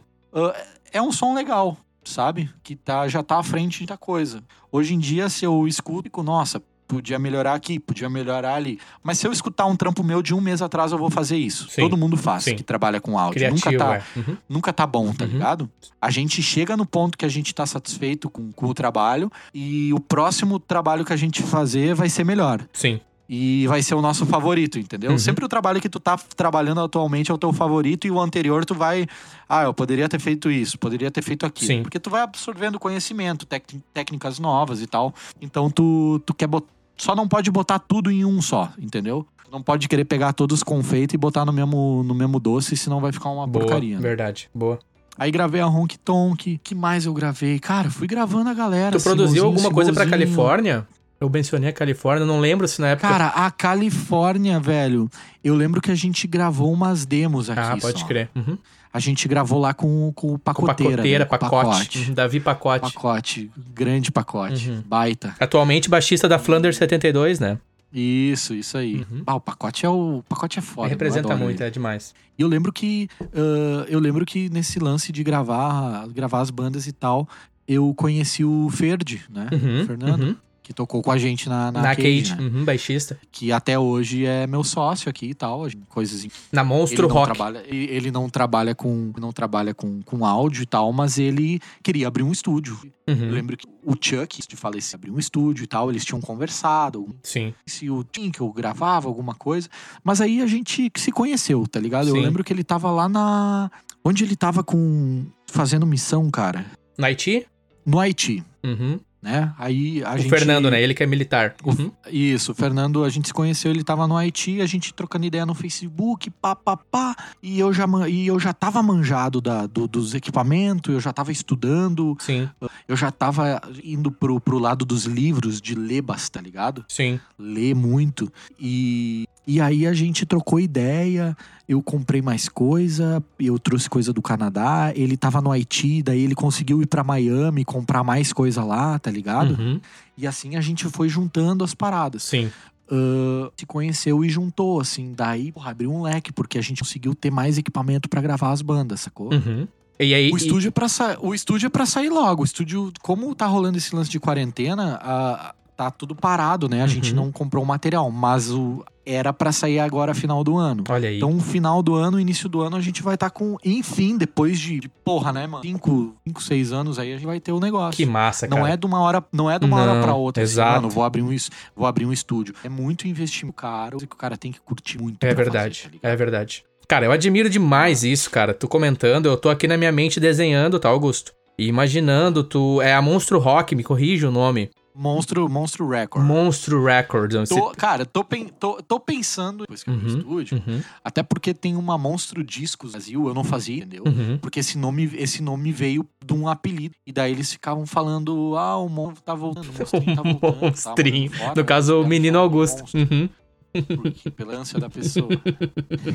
[SPEAKER 3] é um som legal, sabe? Que tá, já tá à frente da coisa. Hoje em dia, se eu escuto, fico, nossa, podia melhorar aqui, podia melhorar ali. Mas se eu escutar um trampo meu de um mês atrás, eu vou fazer isso.
[SPEAKER 2] Sim.
[SPEAKER 3] Todo mundo faz
[SPEAKER 2] Sim.
[SPEAKER 3] que trabalha com áudio.
[SPEAKER 2] Criativo,
[SPEAKER 3] nunca, tá,
[SPEAKER 2] é. Uhum.
[SPEAKER 3] nunca tá bom, tá
[SPEAKER 2] Uhum.
[SPEAKER 3] ligado? A gente chega no ponto que a gente tá satisfeito com, com o trabalho e o próximo trabalho que a gente fazer vai ser melhor.
[SPEAKER 2] Sim.
[SPEAKER 3] E vai ser o nosso favorito, entendeu?
[SPEAKER 2] Uhum.
[SPEAKER 3] Sempre o trabalho que tu tá trabalhando atualmente é o teu favorito e o anterior tu vai. Ah, eu poderia ter feito isso, poderia ter feito aquilo.
[SPEAKER 2] Sim.
[SPEAKER 3] Porque tu vai absorvendo conhecimento, tec- técnicas novas e tal. Então tu, tu quer botar. Só não pode botar tudo em um só, entendeu? Não pode querer pegar todos os confeitos e botar no mesmo, no mesmo doce, senão vai ficar uma
[SPEAKER 2] Boa.
[SPEAKER 3] porcaria. né?
[SPEAKER 2] Verdade. Boa.
[SPEAKER 3] Aí gravei a Honk Tonk. que mais eu gravei? Cara, fui gravando a galera.
[SPEAKER 2] Tu produziu
[SPEAKER 3] Simãozinho,
[SPEAKER 2] alguma coisa pra
[SPEAKER 3] Simãozinho.
[SPEAKER 2] Califórnia? Eu mencionei a Califórnia, não lembro se na época.
[SPEAKER 3] Cara, a Califórnia, velho. Eu lembro que a gente gravou umas demos aqui.
[SPEAKER 2] ah, pode
[SPEAKER 3] só.
[SPEAKER 2] crer. Uhum.
[SPEAKER 3] A gente gravou lá com, com o
[SPEAKER 2] Com
[SPEAKER 3] pacoteira.
[SPEAKER 2] pacoteira,
[SPEAKER 3] né? Com o
[SPEAKER 2] pacote. Uhum, Davi Pacote.
[SPEAKER 3] Pacote. Grande pacote.
[SPEAKER 2] Uhum.
[SPEAKER 3] Baita.
[SPEAKER 2] Atualmente baixista da Flanders 72, né?
[SPEAKER 3] Isso, isso aí.
[SPEAKER 2] Uhum.
[SPEAKER 3] Ah, o pacote é o. o pacote é foda. eu
[SPEAKER 2] representa
[SPEAKER 3] adoro
[SPEAKER 2] muito,
[SPEAKER 3] ele.
[SPEAKER 2] é demais.
[SPEAKER 3] E eu lembro que. ah, eu lembro que nesse lance de gravar, gravar as bandas e tal, eu conheci o Ferdi, né?
[SPEAKER 2] Uhum,
[SPEAKER 3] Fernando.
[SPEAKER 2] uhum.
[SPEAKER 3] Que tocou com a gente na, na,
[SPEAKER 2] Na
[SPEAKER 3] Arcade,
[SPEAKER 2] Cage,
[SPEAKER 3] né?
[SPEAKER 2] uhum, baixista.
[SPEAKER 3] Que até hoje é meu sócio aqui e tal. a gente- Coisas
[SPEAKER 2] Na
[SPEAKER 3] ele
[SPEAKER 2] Monstro
[SPEAKER 3] não
[SPEAKER 2] Rock.
[SPEAKER 3] trabalha e- ele não trabalha com não trabalha com, com áudio e tal mas ele queria abrir um estúdio eu
[SPEAKER 2] Uhum,
[SPEAKER 3] lembro que o Chuck de falecido abriu um estúdio e tal eles tinham conversado
[SPEAKER 2] Sim.
[SPEAKER 3] se o Tinkel gravava alguma coisa mas aí a gente se conheceu tá ligado eu
[SPEAKER 2] Sim.
[SPEAKER 3] lembro que ele tava lá na onde ele tava com fazendo missão cara
[SPEAKER 2] Na Haiti?
[SPEAKER 3] no Haiti
[SPEAKER 2] Uhum.
[SPEAKER 3] né aí a
[SPEAKER 2] O
[SPEAKER 3] gente
[SPEAKER 2] Fernando, né? Ele que é militar.
[SPEAKER 3] O-
[SPEAKER 2] Uhum.
[SPEAKER 3] Isso, o Fernando, a gente se conheceu, ele tava no Haiti, a gente trocando ideia no Facebook, pá, pá, pá, e eu já, man- e eu já tava manjado da, do- dos equipamentos, eu já tava estudando,
[SPEAKER 2] Sim,
[SPEAKER 3] eu já tava indo pro, pro lado dos livros, de ler bastante, tá ligado?
[SPEAKER 2] sim.
[SPEAKER 3] Ler muito, e... E aí a gente trocou ideia, eu comprei mais coisa, eu trouxe coisa do Canadá, ele tava no Haiti, daí ele conseguiu ir pra Miami comprar mais coisa lá, tá ligado?
[SPEAKER 2] Uhum,
[SPEAKER 3] E assim a gente foi juntando as paradas
[SPEAKER 2] Sim.
[SPEAKER 3] ah, se conheceu e juntou, assim. Daí, porra, abriu um leque, porque a gente conseguiu ter mais equipamento pra gravar as bandas, sacou?
[SPEAKER 2] Uhum. E aí.
[SPEAKER 3] O
[SPEAKER 2] e-
[SPEAKER 3] estúdio, é pra sa- o estúdio é pra sair logo. O estúdio, como tá rolando esse lance de quarentena, a- tá tudo parado, né? A gente
[SPEAKER 2] Uhum.
[SPEAKER 3] não comprou o material, mas o era pra sair agora final do ano.
[SPEAKER 2] Olha aí.
[SPEAKER 3] Então, final do ano, início do ano, a gente vai estar com, enfim, depois de, de porra, né, mano? Cinco, cinco, seis anos aí a gente vai ter o negócio.
[SPEAKER 2] que massa,
[SPEAKER 3] não
[SPEAKER 2] cara.
[SPEAKER 3] é de uma hora, não é de uma hora
[SPEAKER 2] Não,
[SPEAKER 3] para outra.
[SPEAKER 2] exato.
[SPEAKER 3] mano, vou abrir um es- vou abrir um estúdio. É muito investimento caro que o cara tem que curtir muito.
[SPEAKER 2] É
[SPEAKER 3] pra
[SPEAKER 2] verdade,
[SPEAKER 3] fazer, tá ligado?
[SPEAKER 2] é verdade. Cara, eu admiro demais isso, cara. Tu comentando, eu tô aqui na minha mente desenhando, tá, Augusto? E imaginando, tu. É a Monstro Rock, me corrija o nome.
[SPEAKER 3] Monstro, monstro record.
[SPEAKER 2] Monstro Records. é um esse-
[SPEAKER 3] Tô- cara, tô, pen- tô, tô pensando depois que eu abrir o
[SPEAKER 2] Uhum,
[SPEAKER 3] estúdio,
[SPEAKER 2] Uhum,
[SPEAKER 3] até porque tem uma monstro discos no Brasil, eu não fazia, entendeu?
[SPEAKER 2] uhum.
[SPEAKER 3] Porque esse nome, esse nome veio de um apelido. E daí eles ficavam falando: ah, o monstro tá voltando, o monstrinho tá voltando. tá morando
[SPEAKER 2] Monstrinho.
[SPEAKER 3] fora,
[SPEAKER 2] No caso, o
[SPEAKER 3] tá
[SPEAKER 2] menino
[SPEAKER 3] fora,
[SPEAKER 2] Augusto.
[SPEAKER 3] monstro,
[SPEAKER 2] Uhum.
[SPEAKER 3] porque- pela ânsia da pessoa.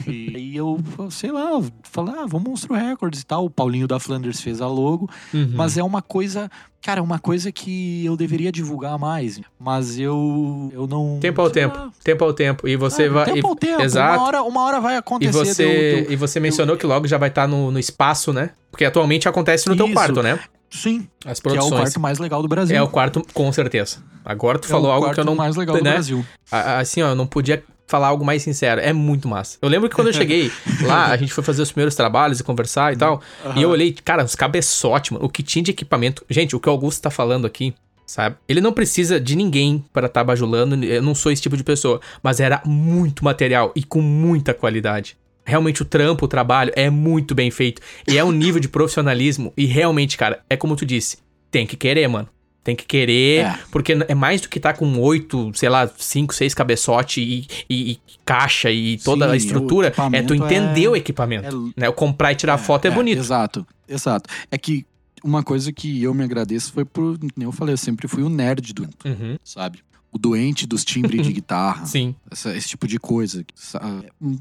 [SPEAKER 3] E aí eu, sei lá, eu falei: ah, vamos monstro records e tal. O Paulinho da Flanders fez a logo.
[SPEAKER 2] uhum.
[SPEAKER 3] Mas é uma coisa, cara, é uma coisa que eu deveria divulgar mais. Mas eu, eu não.
[SPEAKER 2] Tempo ao
[SPEAKER 3] sei
[SPEAKER 2] tempo.
[SPEAKER 3] lá.
[SPEAKER 2] Tempo ao tempo. E você
[SPEAKER 3] Sabe,
[SPEAKER 2] vai.
[SPEAKER 3] Ah, Tempo ao
[SPEAKER 2] e,
[SPEAKER 3] tempo.
[SPEAKER 2] Exato.
[SPEAKER 3] Uma, hora, uma hora vai
[SPEAKER 2] E
[SPEAKER 3] acontecer.
[SPEAKER 2] você,
[SPEAKER 3] deu- deu-
[SPEAKER 2] e você mencionou que logo já vai estar no, no espaço, né? Porque atualmente acontece no teu
[SPEAKER 3] Isso.
[SPEAKER 2] quarto, né?
[SPEAKER 3] Sim,
[SPEAKER 2] As
[SPEAKER 3] que é o
[SPEAKER 2] produções.
[SPEAKER 3] quarto mais legal do Brasil.
[SPEAKER 2] É o quarto, com certeza. Agora tu
[SPEAKER 3] É o
[SPEAKER 2] falou algo que eu
[SPEAKER 3] quarto
[SPEAKER 2] não.
[SPEAKER 3] mais legal do
[SPEAKER 2] né?
[SPEAKER 3] Brasil.
[SPEAKER 2] a- a- Assim, ó, eu não podia falar algo mais sincero. É muito massa. Eu lembro que quando eu cheguei lá, a gente foi fazer os primeiros trabalhos e conversar e tal. E eu olhei, cara, os cabeçotes, mano. O que tinha de equipamento. Gente, o que o Augusto tá falando aqui. Sabe? Ele não precisa de ninguém para estar bajulando, eu não sou esse tipo de pessoa, mas era muito material e com muita qualidade. Realmente o trampo, o trabalho é muito bem feito e é um nível de profissionalismo e realmente, cara, é como tu disse, tem que querer, mano. Tem que querer,
[SPEAKER 3] É.
[SPEAKER 2] porque é mais do que tá com oito, sei lá, cinco, seis cabeçote e, e- e caixa e toda
[SPEAKER 3] Sim,
[SPEAKER 2] a equipamento.
[SPEAKER 3] o
[SPEAKER 2] estrutura. É tu
[SPEAKER 3] equipamento
[SPEAKER 2] entender
[SPEAKER 3] é-
[SPEAKER 2] o equipamento.
[SPEAKER 3] É
[SPEAKER 2] Né? Eu comprar e tirar foto é, bonito.
[SPEAKER 3] Exato, exato. É que uma coisa que eu me agradeço foi por, que nem eu falei, eu sempre fui o nerd do,
[SPEAKER 2] Uhum,
[SPEAKER 3] sabe? O doente dos timbres de guitarra,
[SPEAKER 2] Sim.
[SPEAKER 3] essa- esse tipo de coisa. sa-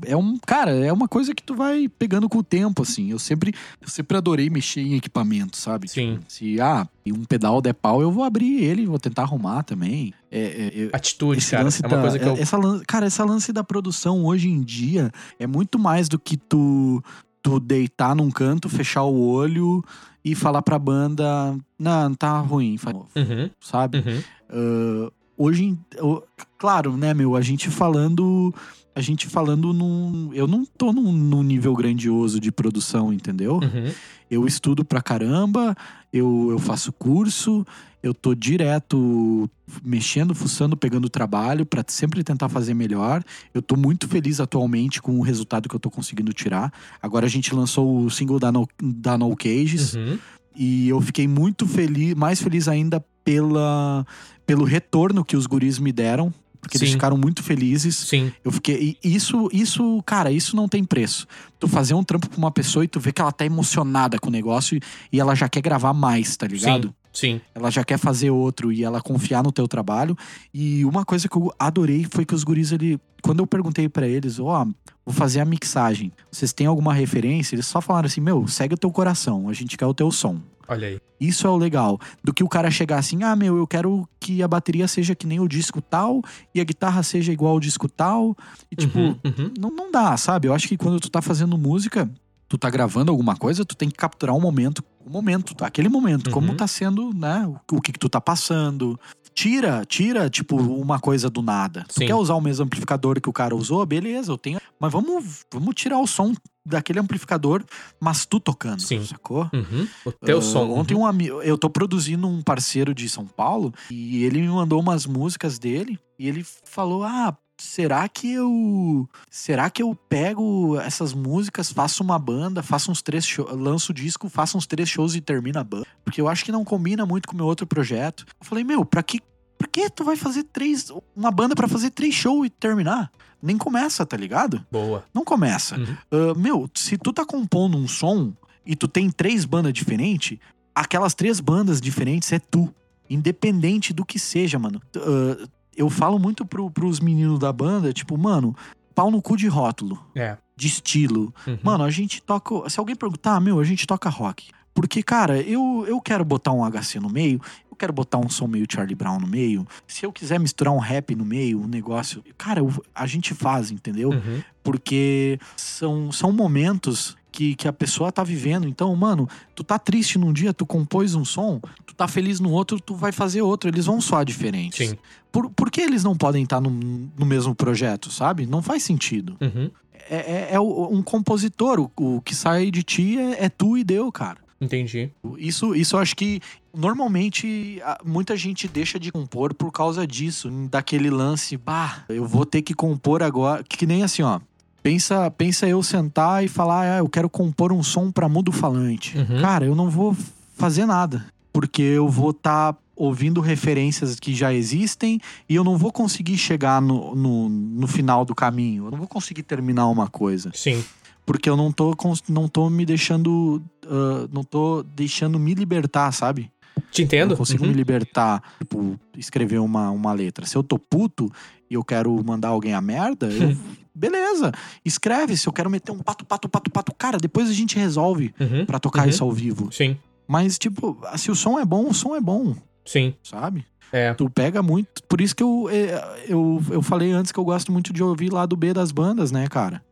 [SPEAKER 3] É um, cara, é uma coisa que tu vai pegando com o tempo, assim. Eu sempre, eu sempre adorei mexer em equipamento, sabe?
[SPEAKER 2] Sim.
[SPEAKER 3] Tipo, se, ah, e um pedal der pau, eu vou abrir ele, vou tentar arrumar também. É, é, eu-
[SPEAKER 2] Atitude,
[SPEAKER 3] esse
[SPEAKER 2] cara.
[SPEAKER 3] lance
[SPEAKER 2] É uma
[SPEAKER 3] da-
[SPEAKER 2] coisa que eu.
[SPEAKER 3] essa lan- cara, essa lance da produção hoje em dia é muito mais do que tu, tu deitar num canto, fechar o olho e falar pra banda, não, tá ruim, faz de novo",
[SPEAKER 2] Uhum,
[SPEAKER 3] sabe?
[SPEAKER 2] uhum.
[SPEAKER 3] Ah, hoje, em- o- claro, né, meu, a gente falando, a gente falando num, eu não tô num, num nível grandioso de produção, entendeu?
[SPEAKER 2] Uhum.
[SPEAKER 3] Eu estudo pra caramba, eu, eu faço curso, eu tô direto mexendo, fuçando, pegando trabalho pra sempre tentar fazer melhor. Eu tô muito feliz atualmente com o resultado que eu tô conseguindo tirar. Agora a gente lançou o single da No, da no Cages
[SPEAKER 2] Uhum.
[SPEAKER 3] e eu fiquei muito feliz, mais feliz ainda pela, pelo retorno que os guris me deram. Porque eles
[SPEAKER 2] Sim.
[SPEAKER 3] ficaram muito felizes.
[SPEAKER 2] Sim.
[SPEAKER 3] Eu fiquei. e Isso, isso, cara, isso não tem preço. Tu fazer um trampo pra uma pessoa e tu vê que ela tá emocionada com o negócio e, e ela já quer gravar mais, tá ligado?
[SPEAKER 2] Sim.
[SPEAKER 3] Ela já quer fazer outro e ela confiar no teu trabalho. E uma coisa que eu adorei foi que os guris ali. Quando eu perguntei pra eles, ó, vou fazer a mixagem. Vocês têm alguma referência? Eles só falaram assim: meu, segue o teu coração, a gente quer o teu som.
[SPEAKER 2] Olha aí.
[SPEAKER 3] Isso é o legal. Do que o cara chegar assim, ah, meu, eu quero que a bateria seja que nem o disco tal e a guitarra seja igual ao disco tal. E tipo,
[SPEAKER 2] Uhum, uhum.
[SPEAKER 3] não, não dá, sabe? Eu acho que quando tu tá fazendo música, tu tá gravando alguma coisa, tu tem que capturar um momento, o momento, tá? aquele momento,
[SPEAKER 2] Uhum.
[SPEAKER 3] como tá sendo, né? O, o que, que tu tá passando. Tira, tira, tipo, uma coisa do nada.
[SPEAKER 2] Sim.
[SPEAKER 3] Tu quer usar o mesmo amplificador que o cara usou? Beleza, eu tenho. Mas vamos, vamos tirar o som daquele amplificador, mas tu tocando,
[SPEAKER 2] Sim.
[SPEAKER 3] sacou?
[SPEAKER 2] Uhum. O teu
[SPEAKER 3] Ah,
[SPEAKER 2] som.
[SPEAKER 3] Ontem um amigo, eu tô produzindo um parceiro de São Paulo e ele me mandou umas músicas dele e ele falou: "Ah, será que eu, será que eu pego essas músicas, faço uma banda, faço uns três shows, lanço o disco, faço uns três shows e termina a banda? Porque eu acho que não combina muito com o meu outro projeto". Eu falei: "Meu, pra que Pra que tu vai fazer três. Uma banda pra fazer três shows e terminar? Nem começa, tá ligado?
[SPEAKER 2] Boa.
[SPEAKER 3] Não começa.
[SPEAKER 2] Uhum.
[SPEAKER 3] Ah, meu, se tu tá compondo um som e tu tem três bandas diferentes, aquelas três bandas diferentes é tu. Independente do que seja, mano. T- ah, eu falo muito pro, pros meninos da banda, tipo, mano, pau no cu de rótulo,
[SPEAKER 2] É.
[SPEAKER 3] de estilo.
[SPEAKER 2] Uhum.
[SPEAKER 3] Mano, a gente toca. Se alguém perguntar, "Ah, meu, a gente toca rock. Porque, cara, eu, eu quero botar um HC no meio, eu quero botar um som meio Charlie Brown no meio. Se eu quiser misturar um rap no meio, um negócio. Cara, eu- a gente faz, entendeu?
[SPEAKER 2] Uhum.
[SPEAKER 3] Porque são, são momentos que, que a pessoa tá vivendo. Então, mano, tu tá triste num dia, tu compôs um som, tu tá feliz no outro, tu vai fazer outro. Eles vão soar diferentes.
[SPEAKER 2] Sim.
[SPEAKER 3] Por, por que eles não podem estar no, no mesmo projeto, sabe? Não faz sentido.
[SPEAKER 2] Uhum.
[SPEAKER 3] É, é- é o- um compositor, o, o que sai de ti é, é tu e deu, cara.
[SPEAKER 2] Entendi.
[SPEAKER 3] Isso, isso eu acho que normalmente a- muita gente deixa de compor por causa disso, daquele lance, bah, eu vou ter que compor agora, que nem assim, ó. Pensa, pensa eu sentar e falar, ah, eu quero compor um som pra mudo falante.
[SPEAKER 2] Uhum.
[SPEAKER 3] Cara, eu não vou fazer nada, porque eu vou estar ouvindo referências que já existem e eu não vou conseguir chegar no, no, no final do caminho, eu não vou conseguir terminar uma coisa
[SPEAKER 2] Sim.
[SPEAKER 3] porque eu não tô, cons- não tô me deixando, ah, não tô deixando me libertar, sabe?
[SPEAKER 2] Te
[SPEAKER 3] Eu
[SPEAKER 2] entendo.
[SPEAKER 3] não consigo
[SPEAKER 2] Uhum.
[SPEAKER 3] me libertar, tipo, escrever uma, uma letra. Se eu tô puto e eu quero mandar alguém a merda, eu- beleza, escreve. Se eu quero meter um pato, pato, pato, pato, cara, depois a gente resolve
[SPEAKER 2] Uhum.
[SPEAKER 3] pra tocar
[SPEAKER 2] Uhum.
[SPEAKER 3] isso ao vivo.
[SPEAKER 2] Sim.
[SPEAKER 3] Mas, tipo, se o som é bom, o som é bom,
[SPEAKER 2] Sim.
[SPEAKER 3] sabe?
[SPEAKER 2] É.
[SPEAKER 3] Tu pega muito. Por isso que eu, eh, eu, eu falei antes que eu gosto muito de ouvir lá do B das bandas, né, cara?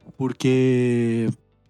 [SPEAKER 3] Porque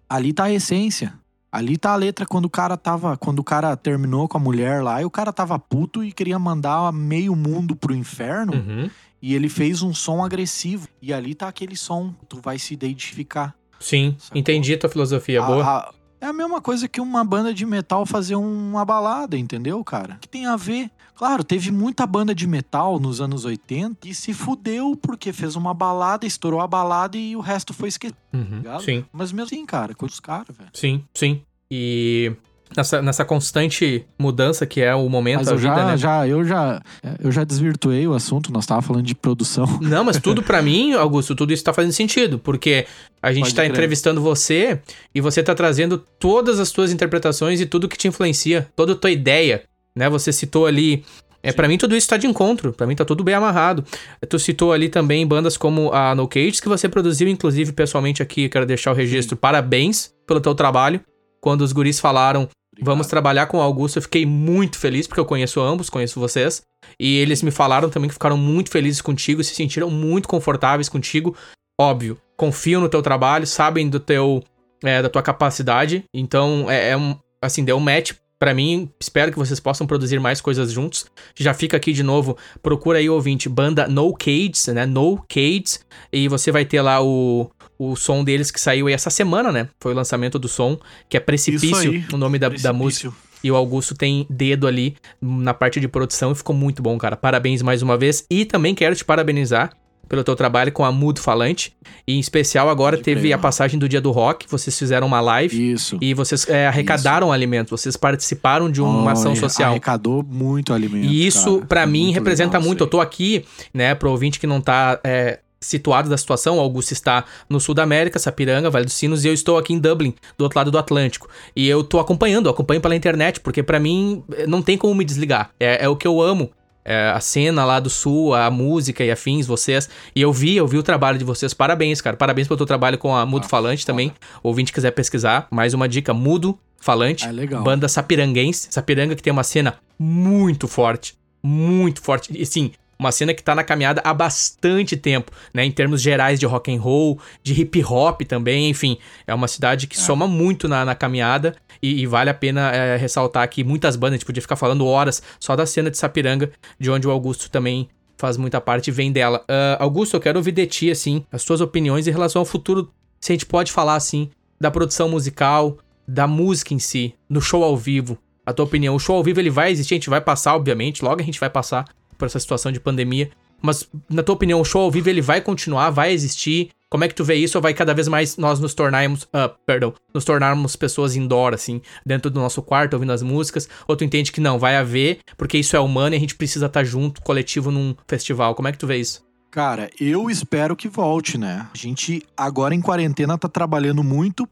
[SPEAKER 3] ali tá a essência. Ali tá a letra quando o cara tava. Quando o cara terminou com a mulher lá e o cara tava puto e queria mandar meio mundo pro inferno.
[SPEAKER 2] Uhum.
[SPEAKER 3] E ele fez um som agressivo. E ali tá aquele som. Tu vai se identificar.
[SPEAKER 2] Sim.
[SPEAKER 3] Sacou?
[SPEAKER 2] Entendi a tua filosofia.
[SPEAKER 3] A-
[SPEAKER 2] Boa.
[SPEAKER 3] a- é a mesma coisa que uma banda de metal fazer um, uma balada, entendeu, cara? Que tem a ver. Claro, teve muita banda de metal nos anos 80 e se fudeu porque fez uma balada, estourou a balada e o resto foi esquecido.
[SPEAKER 2] Uhum.
[SPEAKER 3] ah, Obrigado.
[SPEAKER 2] Sim.
[SPEAKER 3] Mas mesmo assim, cara, com os caras, velho.
[SPEAKER 2] Sim. Sim. E nessa, nessa constante mudança que é o momento,
[SPEAKER 3] Mas
[SPEAKER 2] da
[SPEAKER 3] eu
[SPEAKER 2] vida,
[SPEAKER 3] já,
[SPEAKER 2] né?
[SPEAKER 3] já, eu já, é, eu já desvirtuei o assunto, nós tava falando de produção.
[SPEAKER 2] Não, mas tudo pra mim, Augusto, tudo isso tá fazendo sentido, porque a gente
[SPEAKER 3] Pode
[SPEAKER 2] tá
[SPEAKER 3] crer.
[SPEAKER 2] entrevistando você e você tá trazendo todas as tuas interpretações e tudo que te influencia, toda a tua ideia, né? Você citou ali, é para mim tudo isso tá de encontro, pra mim tá tudo bem amarrado. Tu citou ali também bandas como a No Cage que você produziu inclusive pessoalmente aqui, eu quero deixar o registro. Parabéns pelo teu trabalho. Quando os guris falaram Vamos trabalhar com o Augusto. Eu fiquei muito feliz, porque eu conheço ambos, conheço vocês. E eles me falaram também que ficaram muito felizes contigo, se sentiram muito confortáveis contigo. Óbvio, confiam no teu trabalho, sabem do teu é, da tua capacidade. Então, é, é um, assim, deu um match pra mim. Espero que vocês possam produzir mais coisas juntos. Já fica aqui de novo, procura aí, ouvinte, banda No Cades, né? No Cades. E você vai ter lá o, o som deles que saiu aí essa semana, né? Foi o lançamento do som, que é Precipício,
[SPEAKER 3] aí,
[SPEAKER 2] o nome da, da música. E o Augusto tem dedo ali na parte de produção e ficou muito bom, cara. Parabéns mais uma vez. E também quero te parabenizar pelo teu trabalho com a Mudo Falante. E em especial agora
[SPEAKER 3] Pode
[SPEAKER 2] teve
[SPEAKER 3] crer,
[SPEAKER 2] a
[SPEAKER 3] mano.
[SPEAKER 2] passagem do Dia do Rock. Vocês fizeram uma live
[SPEAKER 3] Isso.
[SPEAKER 2] e vocês é, arrecadaram alimento. Vocês participaram de uma
[SPEAKER 3] Oh,
[SPEAKER 2] ação social.
[SPEAKER 3] Arrecadou muito alimento.
[SPEAKER 2] E isso,
[SPEAKER 3] cara.
[SPEAKER 2] pra
[SPEAKER 3] É
[SPEAKER 2] mim,
[SPEAKER 3] muito
[SPEAKER 2] representa
[SPEAKER 3] legal
[SPEAKER 2] muito.
[SPEAKER 3] isso
[SPEAKER 2] Eu tô aqui, né, pro ouvinte que não tá é, situado da situação. O Augusto está no sul da América, Sapiranga, Vale dos Sinos, e eu estou aqui em Dublin, do outro lado do Atlântico. E eu tô acompanhando, eu acompanho pela internet, porque pra mim eh, não tem como me desligar. É, é o que eu amo. É, a cena lá do sul, a música e afins, vocês. E eu vi, eu vi o trabalho de vocês. Parabéns, cara. Parabéns pelo teu trabalho com a Mudo
[SPEAKER 3] Ah,
[SPEAKER 2] Falante
[SPEAKER 3] foda.
[SPEAKER 2] também. Ouvinte quiser pesquisar, mais uma dica: Mudo Falante.
[SPEAKER 3] É legal.
[SPEAKER 2] Banda sapiranguense. Sapiranga que tem uma cena muito forte. Muito forte. E sim, uma cena que tá na caminhada há bastante tempo, né? Em termos gerais de rock and roll, de hip hop também, enfim. É uma cidade que
[SPEAKER 3] É.
[SPEAKER 2] soma muito na, na caminhada e, e vale a pena é, ressaltar que muitas bandas, a gente podia ficar falando horas só da cena de Sapiranga, de onde o Augusto também faz muita parte e vem dela. Ah, Augusto, eu quero ouvir de ti, assim, as tuas opiniões em relação ao futuro, se a gente pode falar, assim, da produção musical, da música em si, no show ao vivo, a tua opinião. O show ao vivo, ele vai existir, a gente vai passar, obviamente, logo a gente vai passar por essa situação de pandemia, mas, na tua opinião, o show ao vivo, ele vai continuar, vai existir? Como é que tu vê isso? Ou vai cada vez mais nós nos tornarmos, ah, perdão, nos tornarmos pessoas indoor, assim, dentro do nosso quarto, ouvindo as músicas? Ou tu entende que não, vai haver, porque isso é humano e a gente precisa estar junto, coletivo, num festival? Como é que tu vê isso?
[SPEAKER 3] Cara, eu espero que volte, né? A gente agora em quarentena tá trabalhando muito,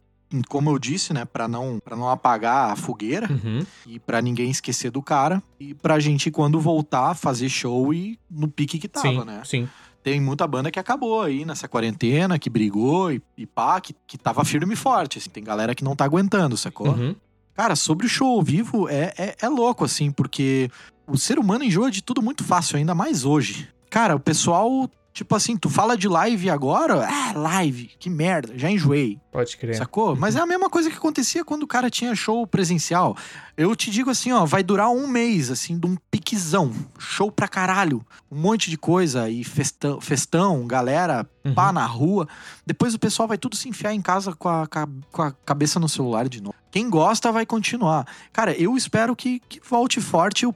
[SPEAKER 3] como eu disse, né, Pra não para não apagar a fogueira
[SPEAKER 2] Uhum.
[SPEAKER 3] e pra ninguém esquecer do cara e pra gente quando voltar fazer show e no pique que tava,
[SPEAKER 2] sim,
[SPEAKER 3] né?
[SPEAKER 2] sim.
[SPEAKER 3] Tem muita banda que acabou aí nessa quarentena, que brigou e, e pá, que, que tava firme e forte, assim. Tem galera que não tá aguentando, sacou?
[SPEAKER 2] Uhum.
[SPEAKER 3] Cara, sobre o show ao vivo é, é, é louco, assim, porque o ser humano enjoa de tudo muito fácil, ainda mais hoje. Cara, o pessoal Tipo assim, tu fala de live agora, ah, live, que merda, já enjoei.
[SPEAKER 2] Pode crer.
[SPEAKER 3] Sacou? Mas é a mesma coisa que acontecia quando o cara tinha show presencial. Eu te digo assim, ó, vai durar um mês, assim, de um piquezão. Show pra caralho. Um monte de coisa e festão, festão galera,
[SPEAKER 2] Uhum.
[SPEAKER 3] pá na rua. Depois o pessoal vai tudo se enfiar em casa com a, ca- com a cabeça no celular de novo. Quem gosta vai continuar. Cara, eu espero que, que volte forte e o,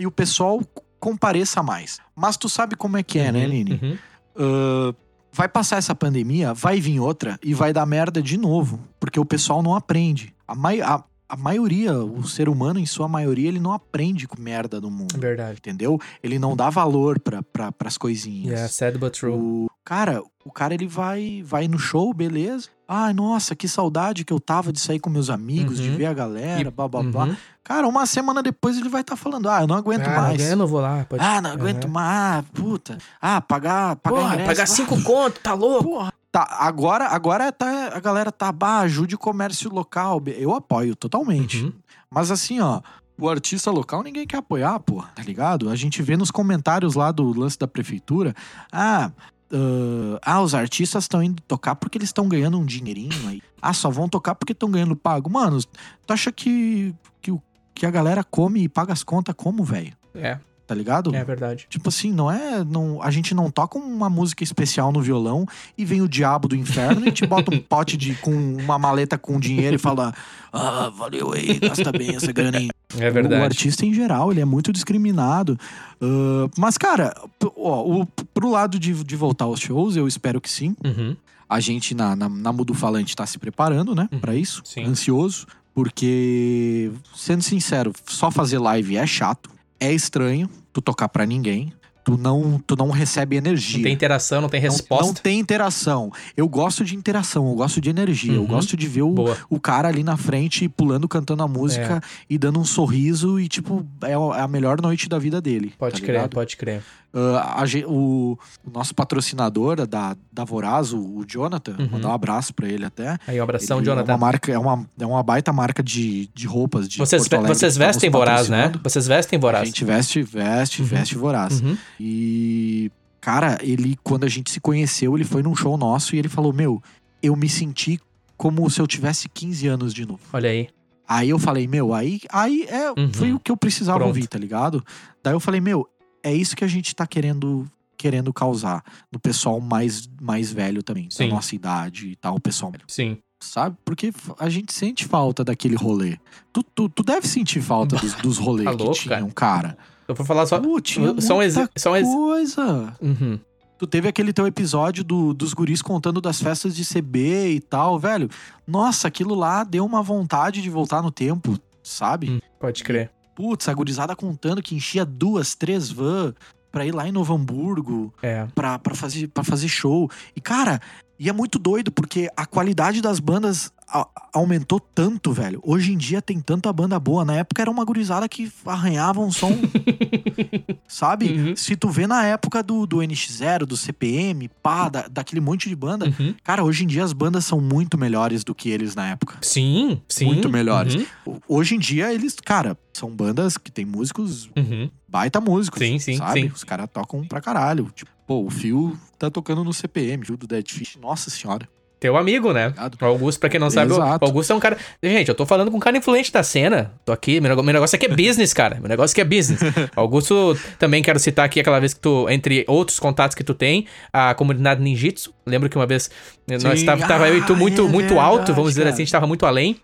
[SPEAKER 3] e o pessoal compareça mais. Mas tu sabe como é que é, né, Lini?
[SPEAKER 2] Uhum.
[SPEAKER 3] Ah, vai passar essa pandemia, vai vir outra e vai dar merda de novo, porque o pessoal não aprende. A, mai- a- a maioria, o ser humano em sua maioria, ele não aprende com merda do mundo,
[SPEAKER 2] É Verdade.
[SPEAKER 3] entendeu? Ele não dá valor pra, pra, pras coisinhas.
[SPEAKER 2] Yeah, sad but true.
[SPEAKER 3] O cara, o cara ele vai vai no show, beleza? Ai, nossa, que saudade que eu tava de sair com meus amigos, de
[SPEAKER 2] Uhum.
[SPEAKER 3] ver a galera,
[SPEAKER 2] E-
[SPEAKER 3] blá blá blá.
[SPEAKER 2] Uhum.
[SPEAKER 3] Cara, uma semana depois ele vai estar falando: "Ah, eu não aguento
[SPEAKER 2] Ah,
[SPEAKER 3] mais".
[SPEAKER 2] Eu não vou lá. Pode...
[SPEAKER 3] Ah, não aguento
[SPEAKER 2] Uhum.
[SPEAKER 3] mais, ah, puta. Ah, pagar, pagar
[SPEAKER 2] Porra,
[SPEAKER 3] ingresso,
[SPEAKER 2] pagar
[SPEAKER 3] ah,
[SPEAKER 2] cinco conto, tá louco?
[SPEAKER 3] Porra. Tá, agora, agora tá, a galera tá, bah, ajude o comércio local. Be- Eu apoio totalmente.
[SPEAKER 2] Uhum.
[SPEAKER 3] Mas assim, ó, o artista local ninguém quer apoiar, porra, tá ligado? A gente vê nos comentários lá do lance da prefeitura, ah. ah, ah, os artistas estão indo tocar porque eles estão ganhando um dinheirinho aí. Ah, só vão tocar porque estão ganhando pago. Mano, tu acha que, que, o- que a galera come e paga as contas como, velho?
[SPEAKER 2] É,
[SPEAKER 3] Tá ligado?
[SPEAKER 2] é verdade.
[SPEAKER 3] Tipo assim, não é. Não, a gente não toca uma música especial no violão e vem o diabo do inferno e te bota um pote de, com uma maleta com dinheiro e fala: Ah, valeu aí, gasta bem essa graninha.
[SPEAKER 2] É
[SPEAKER 3] O
[SPEAKER 2] verdade.
[SPEAKER 3] artista em geral, ele é muito discriminado. Ah, mas, cara, p- ó, o, pro lado de, de voltar aos shows, eu espero que sim.
[SPEAKER 2] Uhum.
[SPEAKER 3] A gente na, na, na Mudo Falante tá se preparando, né,
[SPEAKER 2] Uhum,
[SPEAKER 3] pra isso.
[SPEAKER 2] sim.
[SPEAKER 3] Ansioso, porque, sendo sincero, só fazer live é chato, é estranho tu tocar pra ninguém, tu não, tu não recebe energia.
[SPEAKER 2] Não tem interação, não tem
[SPEAKER 3] Não-
[SPEAKER 2] resposta.
[SPEAKER 3] não tem interação. Eu gosto de interação, eu gosto de energia, eu
[SPEAKER 2] Uhum.
[SPEAKER 3] gosto de ver o,
[SPEAKER 2] Boa. É.
[SPEAKER 3] o cara ali na frente pulando, cantando a música e dando um sorriso e, tipo, é a melhor noite da vida dele.
[SPEAKER 2] Pode
[SPEAKER 3] tá
[SPEAKER 2] crer,
[SPEAKER 3] ligado?
[SPEAKER 2] pode crer.
[SPEAKER 3] Ah, a gen- o, o nosso patrocinador da, da Voraz, o, o Jonathan,
[SPEAKER 2] Uhum.
[SPEAKER 3] mandar um abraço pra ele até.
[SPEAKER 2] Aí, um abração,
[SPEAKER 3] Ele É
[SPEAKER 2] Jonathan.
[SPEAKER 3] uma, marca, é, uma, é uma baita marca de, de roupas de
[SPEAKER 2] Vocês,
[SPEAKER 3] Porto Alegre
[SPEAKER 2] vocês
[SPEAKER 3] que tá nos
[SPEAKER 2] vestem voraz, né?
[SPEAKER 3] patrocinando.
[SPEAKER 2] Vocês vestem
[SPEAKER 3] A
[SPEAKER 2] voraz.
[SPEAKER 3] gente tá assim. veste, veste,
[SPEAKER 2] Uhum.
[SPEAKER 3] veste voraz.
[SPEAKER 2] Uhum.
[SPEAKER 3] E, cara, ele, quando a gente se conheceu, ele foi num show nosso e ele falou: Meu, eu me senti como se eu tivesse 15 anos de novo.
[SPEAKER 2] Olha aí.
[SPEAKER 3] Aí eu falei, meu, aí, aí é,
[SPEAKER 2] Uhum.
[SPEAKER 3] foi o que eu precisava
[SPEAKER 2] Pronto.
[SPEAKER 3] ouvir, tá ligado? Daí eu falei, meu, é isso que a gente tá querendo querendo causar no pessoal mais, mais velho também,
[SPEAKER 2] Sim.
[SPEAKER 3] da nossa idade e tal, o pessoal velho,
[SPEAKER 2] Sim.
[SPEAKER 3] sabe? Porque f- a gente sente falta daquele rolê. Tu, tu, tu deve sentir falta dos, dos rolês
[SPEAKER 2] Tá
[SPEAKER 3] que
[SPEAKER 2] louco,
[SPEAKER 3] tinham, cara.
[SPEAKER 2] Eu vou falar só.
[SPEAKER 3] Pô, tinha
[SPEAKER 2] Só um
[SPEAKER 3] Tá muita
[SPEAKER 2] exemplo. Só um ex...
[SPEAKER 3] coisa.
[SPEAKER 2] Uhum.
[SPEAKER 3] Tu teve aquele teu episódio do- dos guris contando das festas de CB e tal, velho. Nossa, aquilo lá deu uma vontade de voltar no tempo, sabe?
[SPEAKER 2] Hum, Pode crer.
[SPEAKER 3] Putz, a gurizada contando que enchia duas, três van pra ir lá em Novo Hamburgo
[SPEAKER 2] É.
[SPEAKER 3] pra, pra, fazer, pra fazer show. E, cara, e é muito doido, porque a qualidade das bandas a- aumentou tanto, velho. Hoje em dia tem tanta banda boa. Na época era uma gurizada que arranhava um som. sabe?
[SPEAKER 2] Uhum.
[SPEAKER 3] Se tu vê na época do, do NX0, do CPM, pá, da- daquele monte de banda.
[SPEAKER 2] Uhum.
[SPEAKER 3] Cara, hoje em dia as bandas são muito melhores do que eles na época.
[SPEAKER 2] Sim, sim.
[SPEAKER 3] Muito melhores.
[SPEAKER 2] Uhum.
[SPEAKER 3] Hoje em dia, eles, cara, são bandas que tem músicos
[SPEAKER 2] Uhum.
[SPEAKER 3] baita músicos.
[SPEAKER 2] Sim, sim,
[SPEAKER 3] sabe?
[SPEAKER 2] sim.
[SPEAKER 3] Os caras tocam pra caralho. Tipo, pô, o Phil tá tocando no CPM, Phil do Dead Fish. Nossa senhora.
[SPEAKER 2] Teu amigo, né?
[SPEAKER 3] Obrigado.
[SPEAKER 2] O Augusto, pra quem não sabe, o
[SPEAKER 3] Exato.
[SPEAKER 2] Augusto é um cara. Gente, eu tô falando com um cara influente da cena. Tô aqui, meu nego- meu negócio aqui é business, cara. Meu negócio aqui é business. Augusto, também quero citar aqui aquela vez que tu, entre outros contatos que tu tem, a comunidade Ninjitsu. Lembro que uma vez eh, nós
[SPEAKER 3] Sim.
[SPEAKER 2] tava, tava eu e tu
[SPEAKER 3] Ah,
[SPEAKER 2] muito,
[SPEAKER 3] é
[SPEAKER 2] muito alto,
[SPEAKER 3] verdade,
[SPEAKER 2] vamos dizer
[SPEAKER 3] cara.
[SPEAKER 2] assim, a gente tava muito além.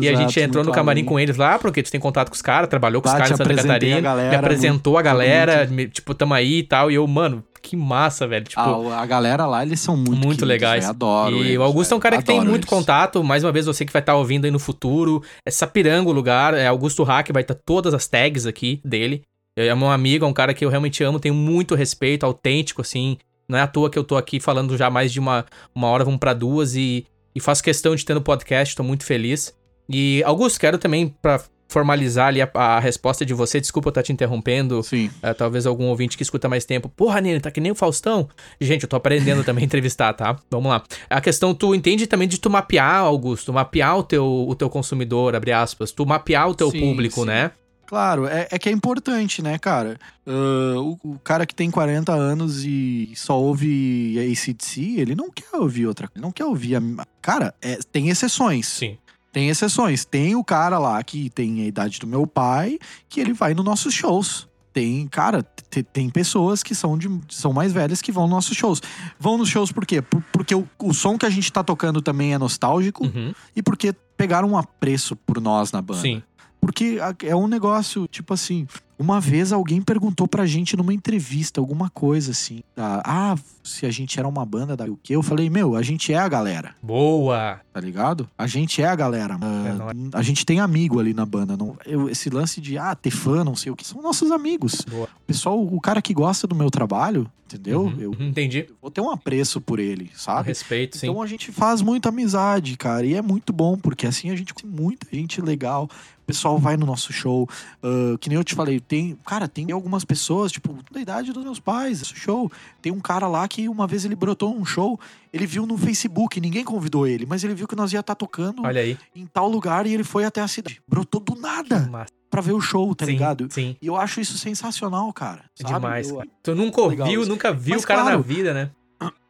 [SPEAKER 2] E a gente entrou no camarim com eles lá, porque tu tem contato com os caras, trabalhou com os
[SPEAKER 3] Bah,
[SPEAKER 2] caras
[SPEAKER 3] te
[SPEAKER 2] em Santa
[SPEAKER 3] apresentei
[SPEAKER 2] Catarina,
[SPEAKER 3] a galera,
[SPEAKER 2] me apresentou a
[SPEAKER 3] muito, muito
[SPEAKER 2] galera, me- tipo, tamo aí e tal. E eu, mano, que massa, velho. Tipo,
[SPEAKER 3] a, a galera lá, eles são muito,
[SPEAKER 2] Muito
[SPEAKER 3] queridos,
[SPEAKER 2] legais.
[SPEAKER 3] velho. Adoro.
[SPEAKER 2] e
[SPEAKER 3] eles,
[SPEAKER 2] o Augusto é um
[SPEAKER 3] velho.
[SPEAKER 2] cara que tem
[SPEAKER 3] Adoro
[SPEAKER 2] muito
[SPEAKER 3] eles.
[SPEAKER 2] contato. Mais uma vez, você que vai estar ouvindo aí no futuro. É Sapiranga o lugar. É Augusto Hack, vai estar todas as tags aqui dele. É um amigo, é um cara que eu realmente amo, tenho muito respeito, autêntico, assim. Não é à toa que eu tô aqui falando já mais de uma, uma hora, vamos pra duas. E, e faço questão de ter no podcast, tô muito feliz. E, Augusto, quero também, pra formalizar ali a, a resposta de você, desculpa eu estar te interrompendo.
[SPEAKER 3] Sim.
[SPEAKER 2] É, talvez algum ouvinte que escuta mais tempo. Porra, Nene, tá que nem o Faustão. Gente, eu tô aprendendo também a entrevistar, tá? Vamos lá. A questão, tu entende também de tu mapear, Augusto, mapear o teu, o teu consumidor, abre aspas, tu mapear o teu
[SPEAKER 3] Sim,
[SPEAKER 2] público,
[SPEAKER 3] sim.
[SPEAKER 2] né?
[SPEAKER 3] Claro, é, é que é importante, né, cara? Ah, o, o cara que tem 40 anos e só ouve ACDC, ele não quer ouvir outra coisa. Não quer ouvir a. Cara, é- tem exceções.
[SPEAKER 2] Sim.
[SPEAKER 3] Tem exceções. Tem o cara lá que tem a idade do meu pai, que ele vai nos nossos shows. Tem, cara, te- tem pessoas que são, de, são mais velhas que vão nos nossos shows. Vão nos shows por quê? Por- porque o, o som que a gente tá tocando também é nostálgico
[SPEAKER 2] Uhum.
[SPEAKER 3] e porque pegaram um apreço por nós na banda.
[SPEAKER 2] Sim.
[SPEAKER 3] Porque a- é um negócio, tipo assim, uma vez alguém perguntou pra gente numa entrevista alguma coisa assim, da- ah, se a gente era uma banda da o quê? Eu falei, meu, a gente é a galera
[SPEAKER 2] Boa.
[SPEAKER 3] tá ligado? A gente é a galera.
[SPEAKER 2] É,
[SPEAKER 3] mano.
[SPEAKER 2] não é-
[SPEAKER 3] A gente tem amigo ali na banda. Não, eu- esse lance de, ah, ter fã, não sei o que, são nossos amigos.
[SPEAKER 2] Boa.
[SPEAKER 3] O pessoal, o cara que gosta do meu trabalho, entendeu?
[SPEAKER 2] Uhum,
[SPEAKER 3] Eu
[SPEAKER 2] uhum, Entendi.
[SPEAKER 3] vou ter um apreço por ele, sabe?
[SPEAKER 2] Respeito, sim.
[SPEAKER 3] Então a gente faz muita amizade, cara, e é muito bom, porque assim a gente tem muita gente legal, o pessoal vai no nosso show, ah, que nem eu te falei, tem, cara, tem algumas pessoas, tipo, da idade dos meus pais, esse show, tem um cara lá que uma vez ele brotou um show, ele viu no Facebook, ninguém convidou ele, mas ele viu que nós ia estar tocando
[SPEAKER 2] Olha aí.
[SPEAKER 3] em tal lugar e ele foi até a cidade, brotou do nada
[SPEAKER 2] Massa.
[SPEAKER 3] pra ver o show, ah, tá
[SPEAKER 2] sim,
[SPEAKER 3] ligado?
[SPEAKER 2] Sim.
[SPEAKER 3] E eu acho isso sensacional, cara.
[SPEAKER 2] É
[SPEAKER 3] sabe?
[SPEAKER 2] demais,
[SPEAKER 3] Eu-
[SPEAKER 2] cara. Tu nunca ouviu,
[SPEAKER 3] Legal isso.
[SPEAKER 2] nunca viu
[SPEAKER 3] Mas,
[SPEAKER 2] o cara na
[SPEAKER 3] claro.
[SPEAKER 2] vida, né?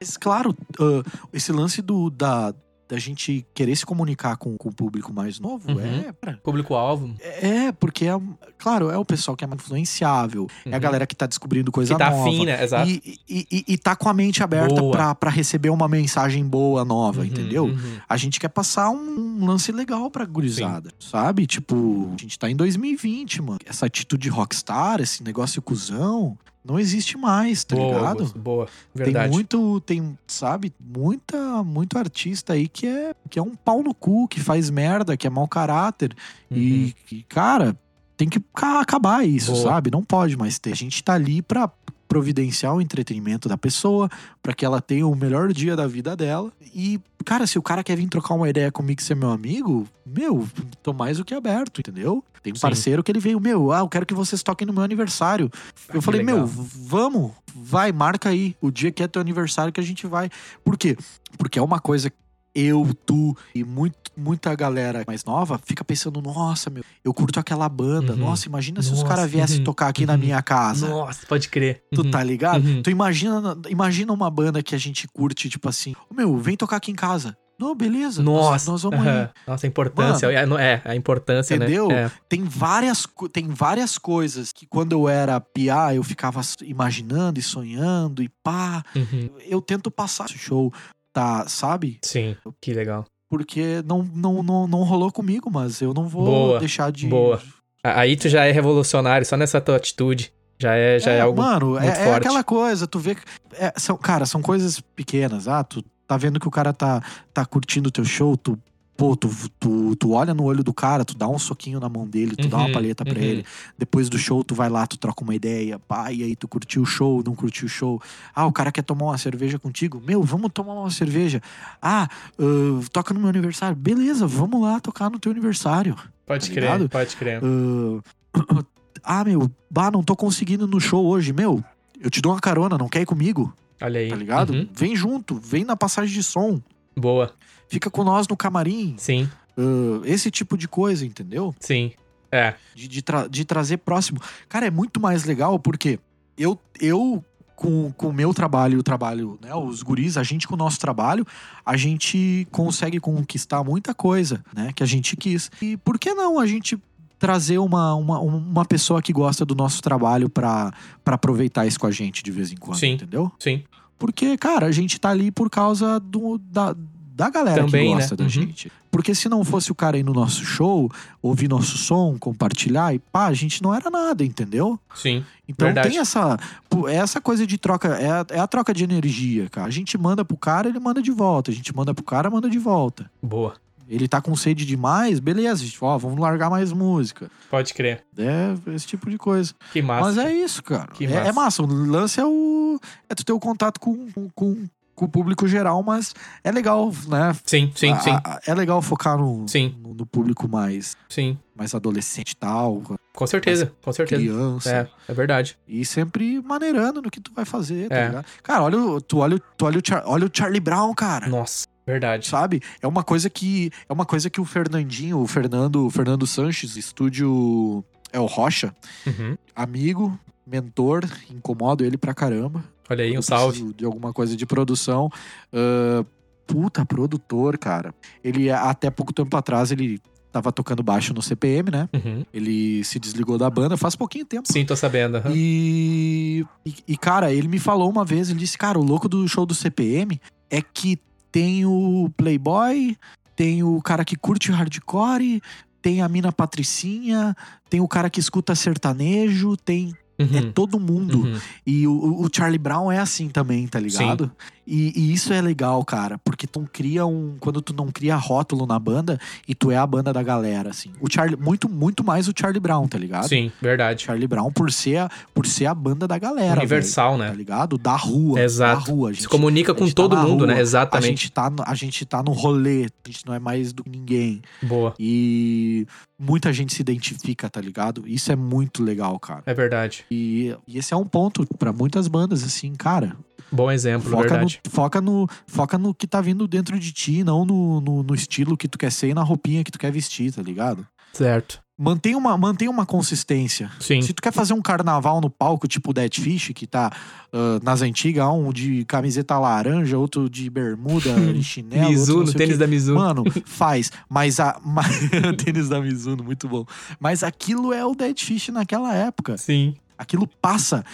[SPEAKER 3] Mas, claro, ah, esse lance do, da, da gente querer se comunicar com, com o público mais novo
[SPEAKER 2] Uhum.
[SPEAKER 3] é, pra-
[SPEAKER 2] Público-alvo.
[SPEAKER 3] é, porque, é, claro, é o pessoal que é mais influenciável, é a
[SPEAKER 2] Uhum.
[SPEAKER 3] galera que tá descobrindo coisa
[SPEAKER 2] Que tá
[SPEAKER 3] nova.
[SPEAKER 2] afim, né? Exato.
[SPEAKER 3] E, e, e- e tá com a mente aberta
[SPEAKER 2] Boa.
[SPEAKER 3] pra, pra receber uma mensagem boa, nova,
[SPEAKER 2] Uhum,
[SPEAKER 3] entendeu?
[SPEAKER 2] uhum.
[SPEAKER 3] A gente quer passar um lance legal pra gurizada, sabe? Tipo, a gente tá em 2020, mano. Essa atitude rockstar, esse negócio cuzão, não existe mais, tá
[SPEAKER 2] boa,
[SPEAKER 3] ligado?
[SPEAKER 2] Augusto, boa. Verdade.
[SPEAKER 3] Tem muito, tem, sabe, muita, muito artista aí que é, que é um pau no cu, que faz merda, que é mau caráter.
[SPEAKER 2] Uhum.
[SPEAKER 3] E, que, cara, tem que ca- acabar isso,
[SPEAKER 2] Boa.
[SPEAKER 3] sabe? Não pode mais ter. A gente tá ali pra providenciar o entretenimento da pessoa, pra que ela tenha o melhor dia da vida dela. E, cara, se o cara quer vir trocar uma ideia comigo e ser meu amigo, meu, tô mais do que aberto, entendeu? Tem um
[SPEAKER 2] Sim.
[SPEAKER 3] parceiro que ele veio, meu, ah, eu quero que vocês toquem no meu aniversário.
[SPEAKER 2] Ah, que
[SPEAKER 3] Eu falei,
[SPEAKER 2] legal.
[SPEAKER 3] meu, v- vamos, vai, marca aí o dia que é teu aniversário que a gente vai. Por quê? Porque é uma coisa que eu, tu e muito, muita galera mais nova fica pensando, nossa, meu, eu curto aquela banda,
[SPEAKER 2] Uhum.
[SPEAKER 3] nossa, imagina se os
[SPEAKER 2] Nossa,
[SPEAKER 3] caras viessem
[SPEAKER 2] uhum,
[SPEAKER 3] tocar aqui na
[SPEAKER 2] uhum.
[SPEAKER 3] minha casa.
[SPEAKER 2] Nossa, pode crer.
[SPEAKER 3] Tu
[SPEAKER 2] Uhum.
[SPEAKER 3] tá ligado?
[SPEAKER 2] Uhum.
[SPEAKER 3] Tu imagina, imagina uma banda que a gente curte, tipo assim, "Ô, meu, vem tocar aqui em casa. Não, beleza. nós-
[SPEAKER 2] Nossa,
[SPEAKER 3] nós, vamos aí.
[SPEAKER 2] aham. Nossa, a importância. É, não- é, a importância,
[SPEAKER 3] Entendeu?
[SPEAKER 2] né? É.
[SPEAKER 3] tem várias, co- tem várias coisas que quando eu era piá, eu ficava s- imaginando e sonhando e pá.
[SPEAKER 2] Uhum.
[SPEAKER 3] Eu tento passar esse show, tá, sabe?
[SPEAKER 2] Sim, que legal.
[SPEAKER 3] Porque não, não, não, não rolou comigo, mas eu não vou
[SPEAKER 2] Boa,
[SPEAKER 3] deixar de.
[SPEAKER 2] boa. A- Aí tu já é revolucionário, só nessa tua atitude. Já é, já é, algo.
[SPEAKER 3] Mano, é,
[SPEAKER 2] muito
[SPEAKER 3] é
[SPEAKER 2] forte.
[SPEAKER 3] aquela coisa, tu vê. que- é, são, cara, são coisas pequenas. Ah, tu tá vendo que o cara tá, tá curtindo o teu show, tu. Pô, tu, tu, tu olha no olho do cara, tu dá um soquinho na mão dele, tu dá uma
[SPEAKER 2] Uhum,
[SPEAKER 3] palheta pra
[SPEAKER 2] uhum.
[SPEAKER 3] ele. Depois do show, tu vai lá, tu troca uma ideia, pá, e aí tu curtiu o show, não curtiu o show. Ah, o cara quer tomar uma cerveja contigo? Meu, vamos tomar uma cerveja. Ah, ah, toca no meu aniversário. Beleza, vamos lá tocar no teu aniversário.
[SPEAKER 2] Pode
[SPEAKER 3] tá
[SPEAKER 2] crer,
[SPEAKER 3] ligado?
[SPEAKER 2] pode crer.
[SPEAKER 3] Ah, ah, meu, bah, não tô conseguindo ir no show hoje, meu. Eu te dou uma carona, não quer ir comigo?
[SPEAKER 2] Olha aí.
[SPEAKER 3] Tá ligado?
[SPEAKER 2] Uhum.
[SPEAKER 3] Vem junto, vem na passagem de som,
[SPEAKER 2] Boa.
[SPEAKER 3] fica com nós no camarim.
[SPEAKER 2] Sim,
[SPEAKER 3] ah, esse tipo de coisa, entendeu?
[SPEAKER 2] sim. É.
[SPEAKER 3] De, de tra- de trazer próximo. Cara, é muito mais legal porque eu, eu com com o meu trabalho, e o trabalho, né, os guris, a gente com o nosso trabalho, a gente consegue conquistar muita coisa, né, que a gente quis. E por que não a gente trazer uma, uma, uma pessoa que gosta do nosso trabalho pra pra aproveitar isso com a gente de vez em quando,
[SPEAKER 2] Sim.
[SPEAKER 3] entendeu?
[SPEAKER 2] Sim.
[SPEAKER 3] Porque, cara, a gente tá ali por causa do, da, da galera
[SPEAKER 2] Também,
[SPEAKER 3] que gosta
[SPEAKER 2] né?
[SPEAKER 3] da
[SPEAKER 2] Uhum.
[SPEAKER 3] gente. Porque se não fosse o cara ir no nosso show, ouvir nosso som, compartilhar e pá, a gente não era nada, entendeu?
[SPEAKER 2] Sim.
[SPEAKER 3] Então
[SPEAKER 2] Verdade.
[SPEAKER 3] tem essa, pô, é essa coisa de troca, é a, é a troca de energia, cara. A gente manda pro cara, ele manda de volta. A gente manda pro cara, manda de volta.
[SPEAKER 2] Boa.
[SPEAKER 3] Ele tá com sede demais, beleza, gente, ó, vamos largar mais música.
[SPEAKER 2] Pode crer.
[SPEAKER 3] É, esse tipo de coisa.
[SPEAKER 2] Que massa.
[SPEAKER 3] Mas é isso, cara.
[SPEAKER 2] Que
[SPEAKER 3] é,
[SPEAKER 2] massa.
[SPEAKER 3] é massa. O lance é o. É tu ter o contato com, com, com- com o público geral, mas é legal, né?
[SPEAKER 2] Sim, sim,
[SPEAKER 3] A-
[SPEAKER 2] sim.
[SPEAKER 3] a- é legal focar no,
[SPEAKER 2] Sim.
[SPEAKER 3] no, no público mais,
[SPEAKER 2] Sim.
[SPEAKER 3] mais adolescente e tal,
[SPEAKER 2] Com certeza, com certeza.
[SPEAKER 3] criança.
[SPEAKER 2] É, é verdade.
[SPEAKER 3] E sempre maneirando no que tu vai fazer, tá
[SPEAKER 2] É.
[SPEAKER 3] ligado? Cara, olha, o- tu olha, o- tu olha, o, Char- olha o Charlie Brown, cara.
[SPEAKER 2] Nossa, verdade.
[SPEAKER 3] Sabe? É uma coisa que. É uma coisa que o Fernandinho, o Fernando, o Fernando Sanches, estúdio é o Rocha,
[SPEAKER 2] Uhum.
[SPEAKER 3] amigo, mentor, incomodo ele pra caramba.
[SPEAKER 2] Olha aí, um
[SPEAKER 3] Eu
[SPEAKER 2] salve.
[SPEAKER 3] preciso De alguma coisa de produção. Ah, puta, produtor, cara. Ele, até pouco tempo atrás, ele tava tocando baixo no CPM, né?
[SPEAKER 2] Uhum.
[SPEAKER 3] Ele se desligou da banda faz pouquinho tempo.
[SPEAKER 2] Sim, tô sabendo. aham.
[SPEAKER 3] E, e, e, cara, ele me falou uma vez, ele disse, cara, o louco do show do CPM é que tem o Playboy, tem o cara que curte hardcore, tem a mina Patricinha, tem o cara que escuta sertanejo, tem é
[SPEAKER 2] Uhum.
[SPEAKER 3] todo mundo.
[SPEAKER 2] Uhum.
[SPEAKER 3] E o, o Charlie Brown é assim também, tá ligado? E, e isso é legal, cara, porque tu cria um. Quando tu não cria rótulo na banda e tu é a banda da galera, assim. O Charlie, muito, muito mais o Charlie Brown, tá ligado?
[SPEAKER 2] Sim, verdade.
[SPEAKER 3] Charlie Brown por ser, a- por ser a banda da galera.
[SPEAKER 2] Universal,
[SPEAKER 3] velho, Tá
[SPEAKER 2] né?
[SPEAKER 3] ligado? Da rua.
[SPEAKER 2] Exato.
[SPEAKER 3] Da rua. A
[SPEAKER 2] Se
[SPEAKER 3] gente,
[SPEAKER 2] comunica
[SPEAKER 3] a
[SPEAKER 2] com
[SPEAKER 3] gente tá
[SPEAKER 2] todo
[SPEAKER 3] na
[SPEAKER 2] mundo, né?
[SPEAKER 3] rua, a,
[SPEAKER 2] Exatamente.
[SPEAKER 3] gente tá, no- a gente tá no rolê. A gente não é mais do que ninguém.
[SPEAKER 2] Boa.
[SPEAKER 3] E muita gente se identifica, tá ligado? Isso é muito legal, cara.
[SPEAKER 2] É verdade.
[SPEAKER 3] E, e esse é um ponto pra muitas bandas, assim, cara.
[SPEAKER 2] Bom exemplo,
[SPEAKER 3] Foca no,
[SPEAKER 2] verdade.
[SPEAKER 3] foca, no, foca no que tá vindo dentro de ti, não no, no, no estilo que tu quer ser e na roupinha que tu quer vestir, tá ligado?
[SPEAKER 2] Certo.
[SPEAKER 3] Mantém uma, mantém uma consistência.
[SPEAKER 2] Sim.
[SPEAKER 3] Se tu quer fazer um carnaval no palco, tipo Dead Fish, que tá ah, nas antigas, um de camiseta laranja, outro de bermuda e chinelo. outro não
[SPEAKER 2] Mizuno,
[SPEAKER 3] sei o
[SPEAKER 2] tênis
[SPEAKER 3] quê.
[SPEAKER 2] da Mizuno.
[SPEAKER 3] Mano, faz. Mas a. Mas, tênis da Mizuno, muito bom. Mas aquilo é o Dead Fish naquela época.
[SPEAKER 2] Sim.
[SPEAKER 3] Aquilo passa.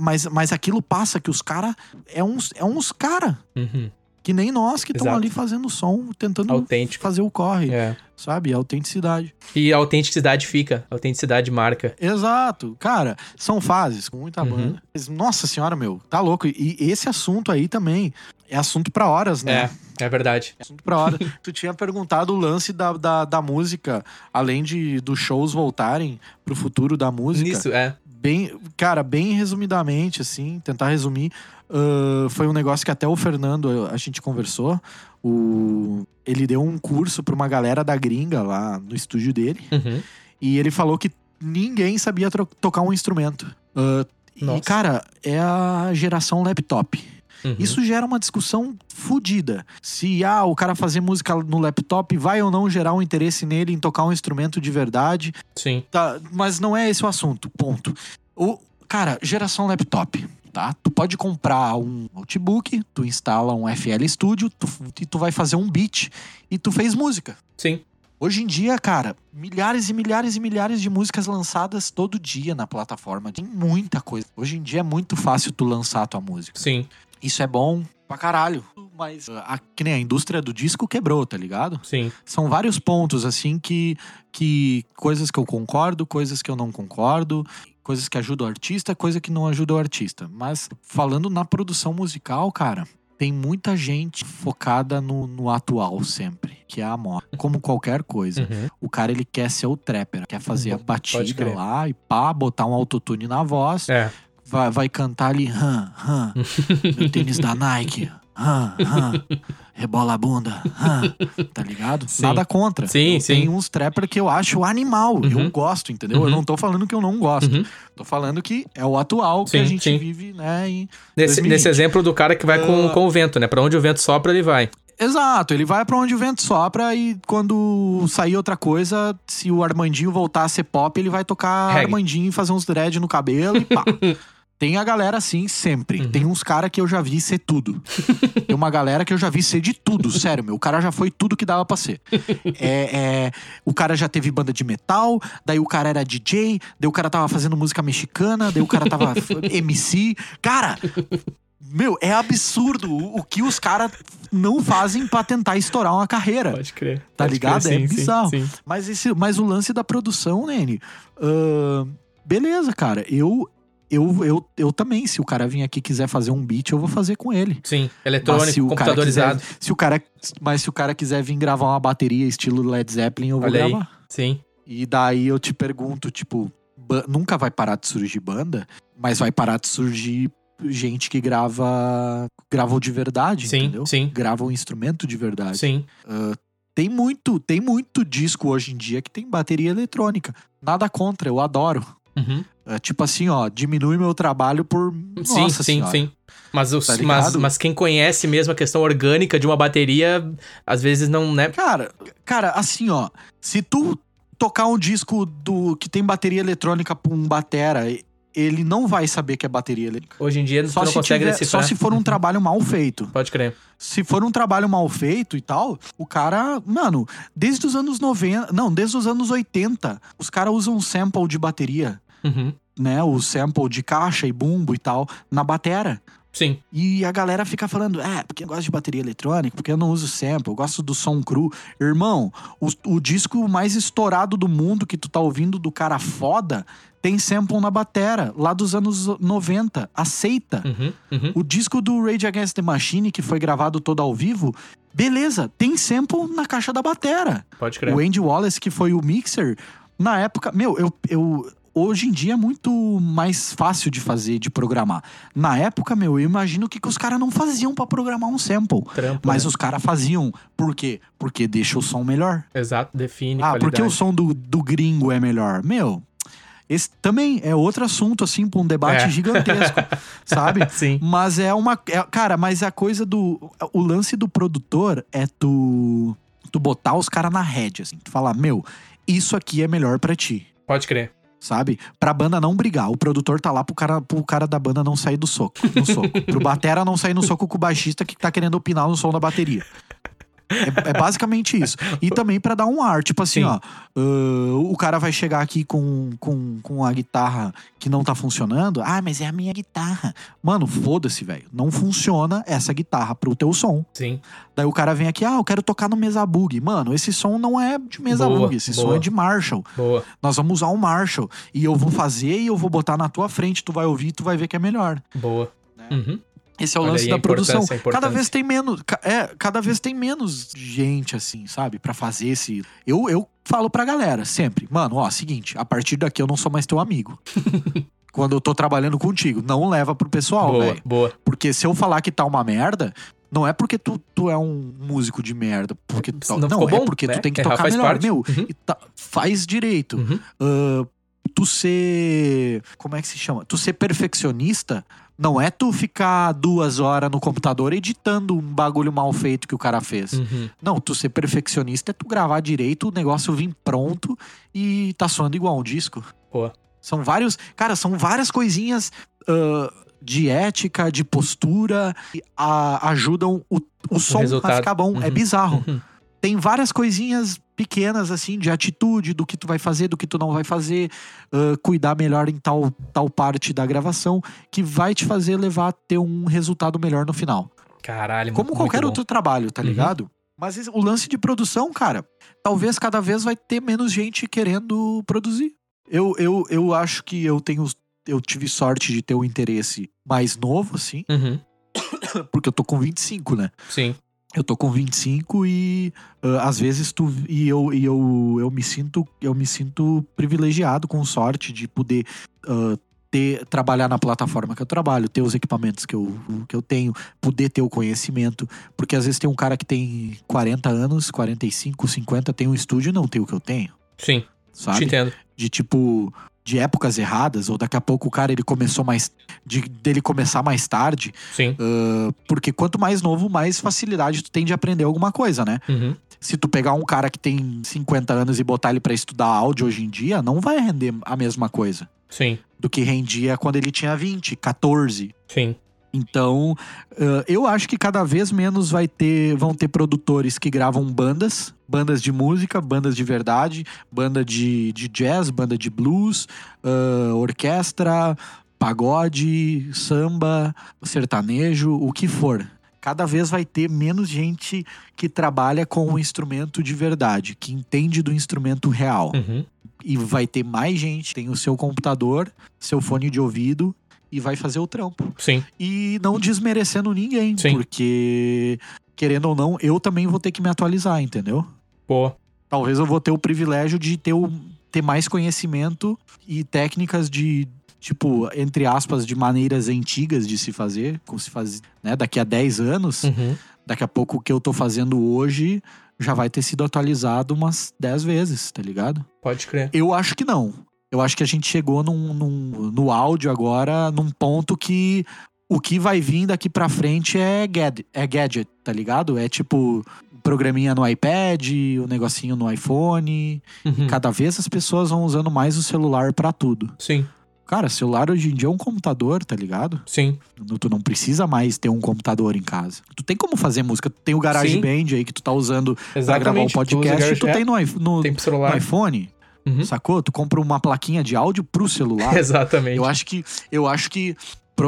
[SPEAKER 3] Mas, mas aquilo passa que os caras. É uns, é uns cara
[SPEAKER 2] Uhum.
[SPEAKER 3] que nem nós que estão
[SPEAKER 2] Exato.
[SPEAKER 3] ali fazendo som, tentando
[SPEAKER 2] Autêntico.
[SPEAKER 3] fazer o corre,
[SPEAKER 2] É.
[SPEAKER 3] sabe? A autenticidade.
[SPEAKER 2] E a autenticidade fica. A autenticidade marca.
[SPEAKER 3] Exato. Cara, são fases com muita
[SPEAKER 2] Uhum.
[SPEAKER 3] banda. Mas, nossa senhora, meu, tá louco. E esse assunto aí também é assunto pra horas, né?
[SPEAKER 2] É, é verdade.
[SPEAKER 3] Assunto pra horas. tu tinha perguntado o lance da, da, da música, além de dos shows voltarem pro futuro da música.
[SPEAKER 2] Nisso, é.
[SPEAKER 3] bem, cara, bem resumidamente, assim, tentar resumir, ah, foi um negócio que até o Fernando eh, a gente conversou. O, ele deu um curso pra uma galera da gringa lá no estúdio dele
[SPEAKER 2] Uhum.
[SPEAKER 3] e ele falou que ninguém sabia tro- tocar um instrumento. Ah, e,
[SPEAKER 2] Nossa.
[SPEAKER 3] cara, é a geração laptop.
[SPEAKER 2] Uhum.
[SPEAKER 3] Isso gera uma discussão fodida. Se ah, o cara fazer música no laptop vai ou não gerar um interesse nele em tocar um instrumento de verdade.
[SPEAKER 2] Sim.
[SPEAKER 3] Tá, mas não é esse o assunto, ponto. O, cara, geração laptop, tá? Tu pode comprar um notebook, tu instala um FL Studio tu, e tu vai fazer um beat e tu fez música.
[SPEAKER 2] Sim.
[SPEAKER 3] Hoje em dia, cara, milhares e milhares e milhares de músicas lançadas todo dia na plataforma. Tem muita coisa. Hoje em dia é muito fácil tu lançar a tua música.
[SPEAKER 2] Sim.
[SPEAKER 3] Isso é bom pra caralho. Mas ah, a, que nem a indústria do disco quebrou, tá ligado?
[SPEAKER 2] Sim.
[SPEAKER 3] são vários pontos assim que que coisas que eu concordo, coisas que eu não concordo, coisas que ajudam o artista, coisa que não ajuda o artista. Mas falando na produção musical, cara, tem muita gente focada no, no atual sempre, que é a moda. Como qualquer coisa,
[SPEAKER 2] Uhum.
[SPEAKER 3] o cara ele quer ser o trapper, quer fazer a batida
[SPEAKER 2] crer.
[SPEAKER 3] lá e pá, botar um autotune na voz,
[SPEAKER 2] É.
[SPEAKER 3] vai, vai cantar ali, hã, hã, meu tênis da Nike, hã, hã, rebola a bunda, hã, tá ligado?
[SPEAKER 2] Sim.
[SPEAKER 3] Nada contra.
[SPEAKER 2] Sim,
[SPEAKER 3] Eu
[SPEAKER 2] sim.
[SPEAKER 3] Tem uns trapper que eu acho animal, eu
[SPEAKER 2] Uhum.
[SPEAKER 3] gosto, entendeu? Eu
[SPEAKER 2] Uhum.
[SPEAKER 3] não tô falando que eu não gosto,
[SPEAKER 2] Uhum.
[SPEAKER 3] tô falando que é o atual que
[SPEAKER 2] Sim,
[SPEAKER 3] a gente
[SPEAKER 2] sim.
[SPEAKER 3] vive, né? e- Ah.
[SPEAKER 2] Nesse,
[SPEAKER 3] 2020.
[SPEAKER 2] nesse exemplo do cara que vai com, com o vento, né? Pra onde o vento sopra, ele vai.
[SPEAKER 3] Exato, ele vai pra onde o vento sopra e quando sair outra coisa, se o Armandinho voltar a ser pop, ele vai tocar
[SPEAKER 2] Reggae.
[SPEAKER 3] Armandinho e fazer uns dread no cabelo e pá. Tem a galera assim sempre. Tem uns caras que eu já vi ser tudo. Tem uma galera que eu já vi ser de tudo, sério, meu. O cara já foi tudo que dava pra ser. É, é, o cara já teve banda de metal, daí o cara era DJ, daí o cara tava fazendo música mexicana, daí o cara tava MC. Cara, meu, é absurdo o, o que os caras não fazem pra tentar estourar uma carreira.
[SPEAKER 2] Pode crer.
[SPEAKER 3] Tá
[SPEAKER 2] Pode
[SPEAKER 3] ligado?
[SPEAKER 2] crer,
[SPEAKER 3] É bizarro.
[SPEAKER 2] Sim,
[SPEAKER 3] Mas, esse, mas o lance da produção, Nene. ahn, beleza, cara. Eu, eu, eu, eu também, se o cara vir aqui e quiser fazer um beat, eu vou fazer com ele.
[SPEAKER 2] sim.
[SPEAKER 3] Mas se
[SPEAKER 2] Eletrônico,
[SPEAKER 3] o cara
[SPEAKER 2] computadorizado.
[SPEAKER 3] quiser- se o cara, mas se o cara quiser vir gravar uma bateria estilo Led Zeppelin, eu vou
[SPEAKER 2] Olha aí.
[SPEAKER 3] gravar.
[SPEAKER 2] Sim.
[SPEAKER 3] E daí eu te pergunto, tipo, ba- nunca vai parar de surgir banda, mas vai parar de surgir gente que grava grava de verdade,
[SPEAKER 2] Sim,
[SPEAKER 3] entendeu?
[SPEAKER 2] sim.
[SPEAKER 3] Grava um instrumento de verdade.
[SPEAKER 2] Sim.
[SPEAKER 3] Tem muito, tem muito disco hoje em dia que tem bateria eletrônica. Nada contra, eu adoro.
[SPEAKER 2] Uhum.
[SPEAKER 3] É tipo assim, ó, diminui meu trabalho por
[SPEAKER 2] Sim,
[SPEAKER 3] Nossa
[SPEAKER 2] sim,
[SPEAKER 3] senhora.
[SPEAKER 2] sim. Mas, os,
[SPEAKER 3] Tá
[SPEAKER 2] mas,
[SPEAKER 3] ligado?
[SPEAKER 2] mas quem conhece mesmo a questão orgânica de uma bateria, às vezes não, né?
[SPEAKER 3] Cara, cara, assim, ó, se tu tocar um disco do que tem bateria eletrônica pra um batera, ele não vai saber que é bateria eletrônica.
[SPEAKER 2] Hoje em dia tu
[SPEAKER 3] Só,
[SPEAKER 2] não
[SPEAKER 3] se,
[SPEAKER 2] consegue
[SPEAKER 3] tiver-
[SPEAKER 2] decifrar.
[SPEAKER 3] só se for um trabalho mal feito.
[SPEAKER 2] Pode crer.
[SPEAKER 3] Se for um trabalho mal feito e tal, o cara, mano, desde os anos 90, não, desde os anos 80, os caras usam um sample de bateria,
[SPEAKER 2] Uhum.
[SPEAKER 3] né? O sample de caixa e bumbo e tal, na batera.
[SPEAKER 2] Sim.
[SPEAKER 3] E a galera fica falando, é, porque eu gosto de bateria eletrônica, porque eu não uso sample, eu gosto do som cru. Irmão, o, o disco mais estourado do mundo que tu tá ouvindo do cara foda tem sample na batera, lá dos anos 90. Aceita.
[SPEAKER 2] Uhum. Uhum.
[SPEAKER 3] O disco do Rage Against the Machine, que foi gravado todo ao vivo, beleza, tem sample na caixa da batera.
[SPEAKER 2] Pode crer.
[SPEAKER 3] O Andy Wallace, que foi o mixer, na época, meu, eu, eu. Hoje em dia é muito mais fácil de fazer, de programar. Na época, meu, eu imagino que, que os caras não faziam pra programar um sample.
[SPEAKER 2] Trampo.
[SPEAKER 3] Mas
[SPEAKER 2] né?
[SPEAKER 3] os caras faziam. Por quê? Porque deixa o som melhor.
[SPEAKER 2] Exato, define.
[SPEAKER 3] Ah,
[SPEAKER 2] qualidade.
[SPEAKER 3] porque o som do, do gringo é melhor. Meu, esse também é outro assunto, assim, pra um debate
[SPEAKER 2] É.
[SPEAKER 3] gigantesco, sabe?
[SPEAKER 2] Sim.
[SPEAKER 3] Mas é uma. é- cara, mas a coisa do. O lance do produtor é tu. Tu botar os caras na rede, assim. Tu falar, meu, isso aqui é melhor pra ti.
[SPEAKER 2] Pode crer.
[SPEAKER 3] Sabe? Pra banda não brigar. O produtor tá lá pro cara, pro cara da banda não sair do soco. No soco. pro batera não sair no soco com o baixista que tá querendo opinar no som da bateria. É, é basicamente isso. E também pra dar um ar, tipo assim,
[SPEAKER 2] Sim.
[SPEAKER 3] ó. ah, o cara vai chegar aqui com, com, com a guitarra que não tá funcionando. Ah, mas é a minha guitarra. Mano, foda-se, velho. Não funciona essa guitarra pro teu som.
[SPEAKER 2] Sim.
[SPEAKER 3] Daí o cara vem aqui, ah, eu quero tocar no mesa bug. Mano, esse som não é de mesa
[SPEAKER 2] Boa,
[SPEAKER 3] bug, esse som
[SPEAKER 2] boa.
[SPEAKER 3] é de Marshall.
[SPEAKER 2] Boa.
[SPEAKER 3] Nós vamos usar o Marshall. E eu vou fazer e eu vou botar na tua frente. Tu vai ouvir e tu vai ver que é melhor.
[SPEAKER 2] Boa. Uhum.
[SPEAKER 3] Esse é o
[SPEAKER 2] Olha
[SPEAKER 3] lance
[SPEAKER 2] aí a
[SPEAKER 3] da
[SPEAKER 2] importância,
[SPEAKER 3] produção.
[SPEAKER 2] a importância.
[SPEAKER 3] Cada vez tem menos. ca- É, cada vez tem menos gente, assim, sabe? Pra fazer esse. Eu, eu falo pra galera sempre, mano, ó, seguinte, a partir daqui eu não sou mais teu amigo. Quando eu tô trabalhando contigo, não leva pro pessoal,
[SPEAKER 2] boa,
[SPEAKER 3] velho.
[SPEAKER 2] boa.
[SPEAKER 3] Porque se eu falar que tá uma merda, não é porque tu, tu é um músico de merda. Porque tu tá-
[SPEAKER 2] Não
[SPEAKER 3] não,
[SPEAKER 2] ficou
[SPEAKER 3] é
[SPEAKER 2] bom,
[SPEAKER 3] porque
[SPEAKER 2] né?
[SPEAKER 3] tu tem que
[SPEAKER 2] É,
[SPEAKER 3] tocar
[SPEAKER 2] faz
[SPEAKER 3] melhor.
[SPEAKER 2] parte.
[SPEAKER 3] Meu,
[SPEAKER 2] Uhum.
[SPEAKER 3] e tá- faz direito.
[SPEAKER 2] Uhum.
[SPEAKER 3] Ah, tu ser. Como é que se chama? Tu ser perfeccionista não é tu ficar duas horas no computador editando um bagulho mal feito que o cara fez.
[SPEAKER 2] Uhum.
[SPEAKER 3] Não, tu ser perfeccionista é tu gravar direito, o negócio vir pronto e tá soando igual um disco.
[SPEAKER 2] Boa.
[SPEAKER 3] São vários. Cara, são várias coisinhas ah, de ética, de postura, que a- ajudam o, o som
[SPEAKER 2] resultado.
[SPEAKER 3] a ficar bom. É
[SPEAKER 2] Uhum.
[SPEAKER 3] bizarro.
[SPEAKER 2] Uhum.
[SPEAKER 3] Tem várias coisinhas pequenas, assim, de atitude, do que tu vai fazer, do que tu não vai fazer, ah, cuidar melhor em tal, tal parte da gravação, que vai te fazer levar a ter um resultado melhor no final.
[SPEAKER 2] Caralho,
[SPEAKER 3] Como
[SPEAKER 2] É muito
[SPEAKER 3] qualquer
[SPEAKER 2] bom.
[SPEAKER 3] outro trabalho, tá
[SPEAKER 2] Uhum.
[SPEAKER 3] ligado? Mas esse- o lance de produção, cara, talvez cada vez vai ter menos gente querendo produzir. Eu, eu, eu acho que eu tenho. Eu tive sorte de ter um interesse mais novo, assim,
[SPEAKER 2] Uhum.
[SPEAKER 3] porque eu tô com 25, né?
[SPEAKER 2] Sim.
[SPEAKER 3] Eu tô com 25 e ah, às vezes tu e eu, e eu, eu me sinto eu me sinto privilegiado com sorte de poder ah, ter trabalhar na plataforma que eu trabalho, ter os equipamentos que eu, que eu tenho, poder ter o conhecimento, porque às vezes tem um cara que tem 40 anos, 45, 50, tem um estúdio e não tem o que eu tenho,
[SPEAKER 2] Sim. Te
[SPEAKER 3] sabe?
[SPEAKER 2] entendo.
[SPEAKER 3] De tipo de épocas erradas ou daqui a pouco o cara ele começou mais de dele começar mais tarde,
[SPEAKER 2] Sim.
[SPEAKER 3] ah, porque quanto mais novo, mais facilidade tu tem de aprender alguma coisa, né?
[SPEAKER 2] Uhum.
[SPEAKER 3] se tu pegar um cara que tem 50 anos e botar ele pra estudar áudio hoje em dia, não vai render a mesma coisa
[SPEAKER 2] Sim.
[SPEAKER 3] do que rendia quando ele tinha 20, 14.
[SPEAKER 2] Sim.
[SPEAKER 3] Então, ah, eu acho que cada vez menos vai ter, vão ter produtores que gravam bandas, bandas de música, bandas de verdade, banda de, de jazz, banda de blues, ah, orquestra, pagode, samba, sertanejo, o que for. Cada vez vai ter menos gente que trabalha com o instrumento de verdade, que entende do instrumento real
[SPEAKER 2] Uhum.
[SPEAKER 3] e vai ter mais gente, tem o seu computador, seu fone de ouvido e vai fazer o trampo.
[SPEAKER 2] Sim.
[SPEAKER 3] E não desmerecendo ninguém,
[SPEAKER 2] Sim.
[SPEAKER 3] porque querendo ou não, eu também vou ter que me atualizar, entendeu?
[SPEAKER 2] Boa.
[SPEAKER 3] Talvez eu vou ter o privilégio de ter, o, ter mais conhecimento e técnicas de tipo, entre aspas, de maneiras antigas de se fazer, como se faz, né, daqui a 10 anos,
[SPEAKER 2] Uhum.
[SPEAKER 3] daqui a pouco o que eu tô fazendo hoje já vai ter sido atualizado umas 10 vezes, tá ligado?
[SPEAKER 2] Pode crer.
[SPEAKER 3] Eu acho que não. Eu acho que a gente chegou num, num- no áudio agora num ponto que o que vai vir daqui pra frente é, gad é gadget, tá ligado? É tipo programinha no iPad, o negocinho no iPhone.
[SPEAKER 2] Uhum.
[SPEAKER 3] Cada vez as pessoas vão usando mais o celular pra tudo.
[SPEAKER 2] Sim,
[SPEAKER 3] Cara, celular hoje em dia é um computador, tá ligado?
[SPEAKER 2] sim.
[SPEAKER 3] No- Tu não precisa mais ter um computador em casa. Tu tem como fazer música. Tu tem o
[SPEAKER 2] Sim.
[SPEAKER 3] GarageBand aí que tu tá usando pra gravar um
[SPEAKER 2] Exatamente. Tu usa
[SPEAKER 3] podcast. Tu,
[SPEAKER 2] garage-
[SPEAKER 3] tem no, i- no-
[SPEAKER 2] é, tem pro
[SPEAKER 3] no
[SPEAKER 2] celular.
[SPEAKER 3] iPhone,
[SPEAKER 2] Uhum.
[SPEAKER 3] sacou? Tu compra uma plaquinha de áudio pro celular.
[SPEAKER 2] Exatamente.
[SPEAKER 3] Eu acho que, eu acho que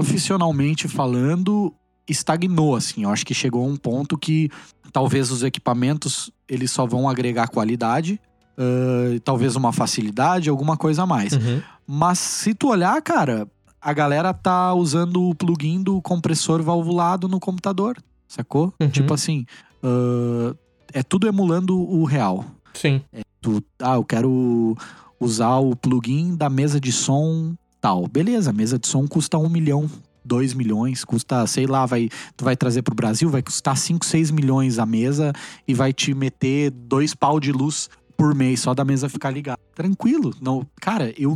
[SPEAKER 3] profissionalmente falando, estagnou assim. Eu acho que chegou a um ponto que talvez os equipamentos eles só vão agregar qualidade, ãh, e talvez uma facilidade, alguma coisa a mais.
[SPEAKER 2] Uhum.
[SPEAKER 3] Mas se tu olhar, cara, a galera tá usando o plugin do compressor valvulado no computador, sacou?
[SPEAKER 2] Uhum.
[SPEAKER 3] Tipo assim, ãh, é tudo emulando o real.
[SPEAKER 2] Sim.
[SPEAKER 3] Tu, ah, eu quero usar o plugin da mesa de som tal. Beleza, a mesa de som custa um milhão, dois milhões, custa, sei lá, vai, tu vai trazer pro Brasil, vai custar cinco, seis milhões a mesa e vai te meter dois pau de luz por mês só da mesa ficar ligada. Tranquilo, não, cara, eu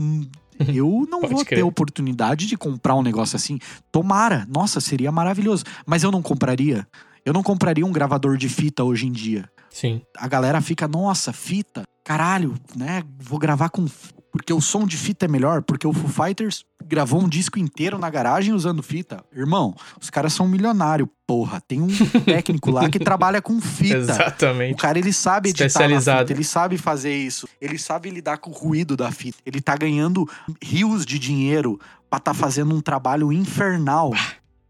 [SPEAKER 3] eu não
[SPEAKER 2] Pode
[SPEAKER 3] vou ter
[SPEAKER 2] crer.
[SPEAKER 3] oportunidade de comprar um negócio assim. Tomara, nossa, seria maravilhoso, mas eu não compraria. Eu não compraria um gravador de fita hoje em dia
[SPEAKER 2] Sim.
[SPEAKER 3] a galera fica, nossa, fita, caralho, né? Vou gravar com. f- Porque o som de fita é melhor, porque o Foo Fighters gravou um disco inteiro na garagem usando fita. Irmão, os caras são milionário, porra. Tem um técnico lá que trabalha com fita. O
[SPEAKER 2] Exatamente.
[SPEAKER 3] cara, ele sabe editar na
[SPEAKER 2] Especializado.
[SPEAKER 3] fita, ele sabe fazer isso, ele sabe lidar com o ruído da fita. Ele tá ganhando rios de dinheiro pra tá fazendo um trabalho infernal.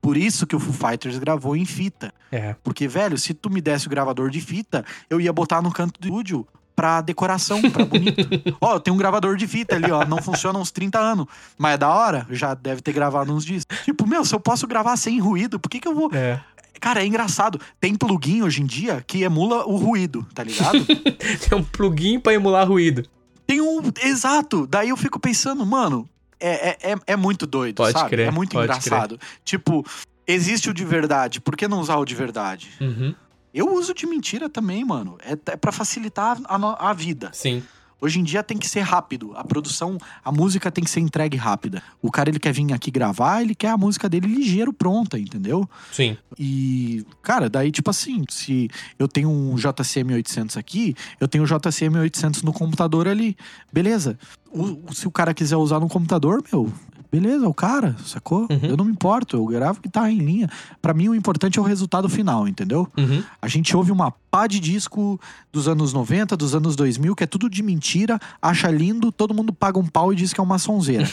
[SPEAKER 3] Por isso que o Foo Fighters gravou em fita.
[SPEAKER 2] É.
[SPEAKER 3] Porque, velho, se tu me desse o gravador de fita, eu ia botar no canto do estúdio pra decoração, pra bonito. ó, tem um gravador de fita ali, ó. Não funciona há uns 30 anos. Mas é da hora, já deve ter gravado uns dias. Tipo, meu, se eu posso gravar sem ruído, por que que eu vou...
[SPEAKER 2] É.
[SPEAKER 3] Cara, é engraçado. Tem plugin hoje em dia que emula o ruído, tá ligado?
[SPEAKER 2] Tem um plugin pra emular ruído.
[SPEAKER 3] tem um... Exato! Daí eu fico pensando, mano, é, é, é, é muito doido,
[SPEAKER 2] Pode
[SPEAKER 3] sabe?
[SPEAKER 2] crer,
[SPEAKER 3] é muito
[SPEAKER 2] pode
[SPEAKER 3] engraçado. Tipo, existe o de verdade, por que não usar o de verdade?
[SPEAKER 2] Uhum.
[SPEAKER 3] Eu uso de mentira também, mano. É, t- é para facilitar a, no- a vida.
[SPEAKER 2] Sim.
[SPEAKER 3] Hoje em dia tem que ser rápido. A produção, a música tem que ser entregue rápida. O cara ele quer vir aqui gravar, ele quer a música dele ligeiro pronta, entendeu?
[SPEAKER 2] Sim.
[SPEAKER 3] E, cara, daí tipo assim, se eu tenho um JCM 800 aqui, eu tenho o JCM 800 no computador ali. Beleza. O- o- se o cara quiser usar no computador, meu, beleza, é o cara, sacou?
[SPEAKER 2] Uhum.
[SPEAKER 3] Eu não me importo, eu gravo o que tá em linha. Pra mim o importante é o resultado final, entendeu?
[SPEAKER 2] Uhum.
[SPEAKER 3] A gente ouve uma pá de disco dos anos 90, dos anos 2000, que é tudo de mentira, acha lindo, todo mundo paga um pau e diz que é uma sonzeira.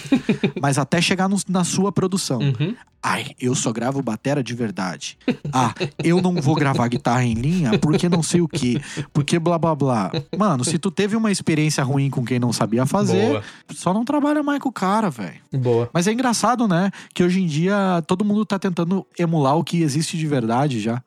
[SPEAKER 3] Mas até chegar no- na sua produção.
[SPEAKER 2] Uhum.
[SPEAKER 3] Ai, eu só gravo batera de verdade. Ah, eu não vou gravar guitarra em linha porque não sei o que. Porque blá blá blá. Mano, se tu teve uma experiência ruim com quem não sabia fazer,
[SPEAKER 2] Boa.
[SPEAKER 3] só não trabalha mais com o cara, velho.
[SPEAKER 2] Boa.
[SPEAKER 3] Mas é engraçado, né? Que hoje em dia todo mundo tá tentando emular o que existe de verdade já.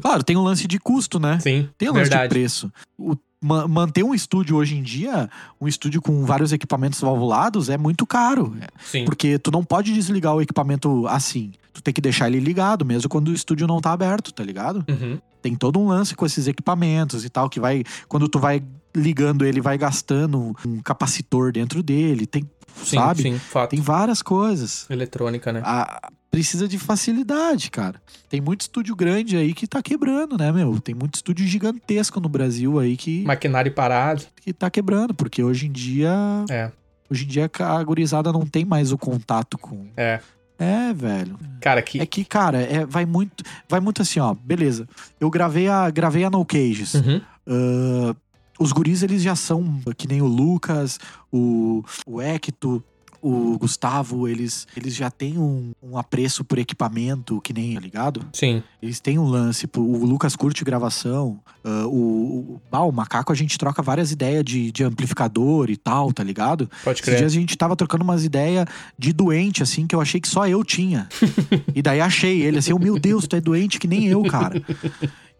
[SPEAKER 3] claro, tem o lance de custo, né?
[SPEAKER 2] Sim.
[SPEAKER 3] Tem o lance de
[SPEAKER 2] verdade.
[SPEAKER 3] preço. O- ma- manter um estúdio hoje em dia, um estúdio com vários equipamentos valvulados, é muito caro.
[SPEAKER 2] Sim.
[SPEAKER 3] Porque tu não pode desligar o equipamento assim. Tu tem que deixar ele ligado, mesmo quando o estúdio não tá aberto, tá ligado?
[SPEAKER 2] Uhum.
[SPEAKER 3] Tem todo um lance com esses equipamentos e tal, que vai. Quando tu vai ligando ele, vai gastando um capacitor dentro dele. Tem,
[SPEAKER 2] Sim,
[SPEAKER 3] sabe?
[SPEAKER 2] sim. Fato.
[SPEAKER 3] Tem várias coisas.
[SPEAKER 2] Eletrônica, né?
[SPEAKER 3] A- precisa de facilidade, cara. Tem muito estúdio grande aí que tá quebrando, né, meu? Tem muito estúdio gigantesco no Brasil aí que,
[SPEAKER 2] Maquinário parado.
[SPEAKER 3] que tá quebrando, porque hoje em dia.
[SPEAKER 2] É.
[SPEAKER 3] Hoje em dia a gurizada não tem mais o contato com.
[SPEAKER 2] É.
[SPEAKER 3] É, velho.
[SPEAKER 2] Cara, que.
[SPEAKER 3] É que, cara, é, vai muito. Vai muito assim, ó. Beleza. Eu gravei a, gravei a No Cages.
[SPEAKER 2] Uhum.
[SPEAKER 3] Ah, os guris, eles já são que nem o Lucas, o, o Hecto, o Gustavo, eles, eles já têm um, um apreço por equipamento, que nem, tá ligado?
[SPEAKER 2] Sim.
[SPEAKER 3] Eles têm um lance, pô, o Lucas curte gravação, ah, o, o, ah, o Macaco a gente troca várias ideias de, de amplificador e tal, tá ligado?
[SPEAKER 2] Pode
[SPEAKER 3] Esses
[SPEAKER 2] crer.
[SPEAKER 3] dias a gente tava trocando umas ideias de doente, assim, que eu achei que só eu tinha. e daí achei ele, assim, eu, meu Deus, tu é doente que nem eu, cara.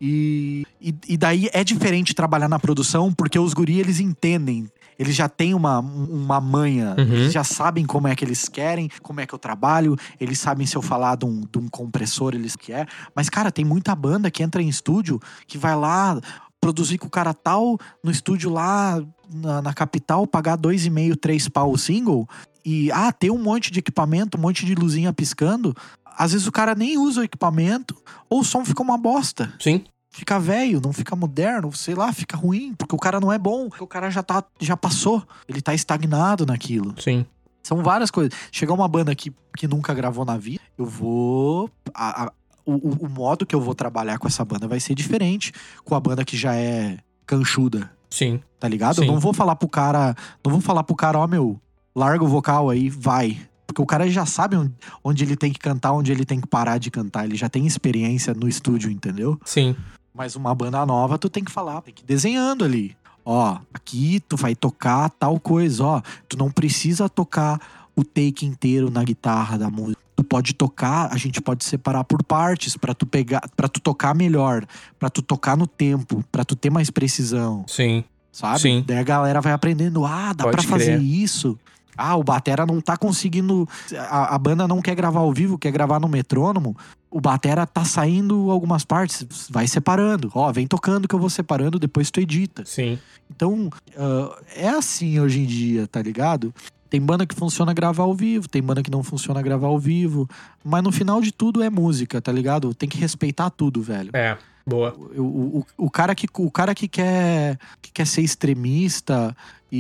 [SPEAKER 3] E, e, e daí é diferente trabalhar na produção, porque os guri, eles entendem. Eles já têm uma, uma manha,
[SPEAKER 2] Uhum.
[SPEAKER 3] eles já sabem como é que eles querem, como é que eu trabalho, eles sabem se eu falar de um, de um compressor, eles que é. Mas, cara, tem muita banda que entra em estúdio, que vai lá produzir com o cara tal, no estúdio lá na, na capital, pagar dois e meio, três pau o single e ah, tem um monte de equipamento, um monte de luzinha piscando. Às vezes o cara nem usa o equipamento, ou o som fica uma bosta.
[SPEAKER 2] Sim.
[SPEAKER 3] Fica velho, não fica moderno, sei lá, fica ruim, porque o cara não é bom, porque o cara já, tá, já passou, ele tá estagnado naquilo.
[SPEAKER 2] Sim.
[SPEAKER 3] São várias coisas. Chegar uma banda que, que nunca gravou na vida, eu vou. a- a- o, o- o modo que eu vou trabalhar com essa banda vai ser diferente com a banda que já é canchuda,
[SPEAKER 2] Sim.
[SPEAKER 3] tá ligado?
[SPEAKER 2] Sim.
[SPEAKER 3] Eu não vou falar pro cara. Não vou falar pro cara, ó, meu, larga o vocal aí, vai. Porque o cara já sabe on- onde ele tem que cantar, onde ele tem que parar de cantar. Ele já tem experiência no estúdio, entendeu?
[SPEAKER 2] Sim.
[SPEAKER 3] Mas uma banda nova, tu tem que falar, tem que ir desenhando ali. Ó, aqui tu vai tocar tal coisa, ó. Tu não precisa tocar o take inteiro na guitarra da música. Tu pode tocar, a gente pode separar por partes pra tu pegar, para tu tocar melhor, pra tu tocar no tempo, pra tu ter mais precisão,
[SPEAKER 2] Sim.
[SPEAKER 3] sabe?
[SPEAKER 2] Sim.
[SPEAKER 3] Daí a galera vai aprendendo, ah, dá
[SPEAKER 2] Pode
[SPEAKER 3] pra fazer
[SPEAKER 2] crer.
[SPEAKER 3] isso. Ah, o batera não tá conseguindo, a, a banda não quer gravar ao vivo, quer gravar no metrônomo. O batera tá saindo algumas partes, vai separando. Ó, vem tocando que eu vou separando, depois tu edita.
[SPEAKER 2] Sim.
[SPEAKER 3] Então, ah, é assim hoje em dia, tá ligado? Tem banda que funciona gravar ao vivo, tem banda que não funciona gravar ao vivo. Mas no final de tudo é música, tá ligado? Tem que respeitar tudo, velho.
[SPEAKER 2] É. Boa.
[SPEAKER 3] Eu- o, o, o cara que o cara que quer que quer ser extremista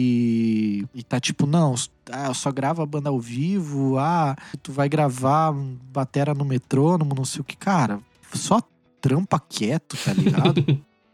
[SPEAKER 3] e, e tá tipo não ah, eu só grava banda ao vivo ah tu vai gravar um batera no metrônomo não sei o que cara só trampa quieto tá ligado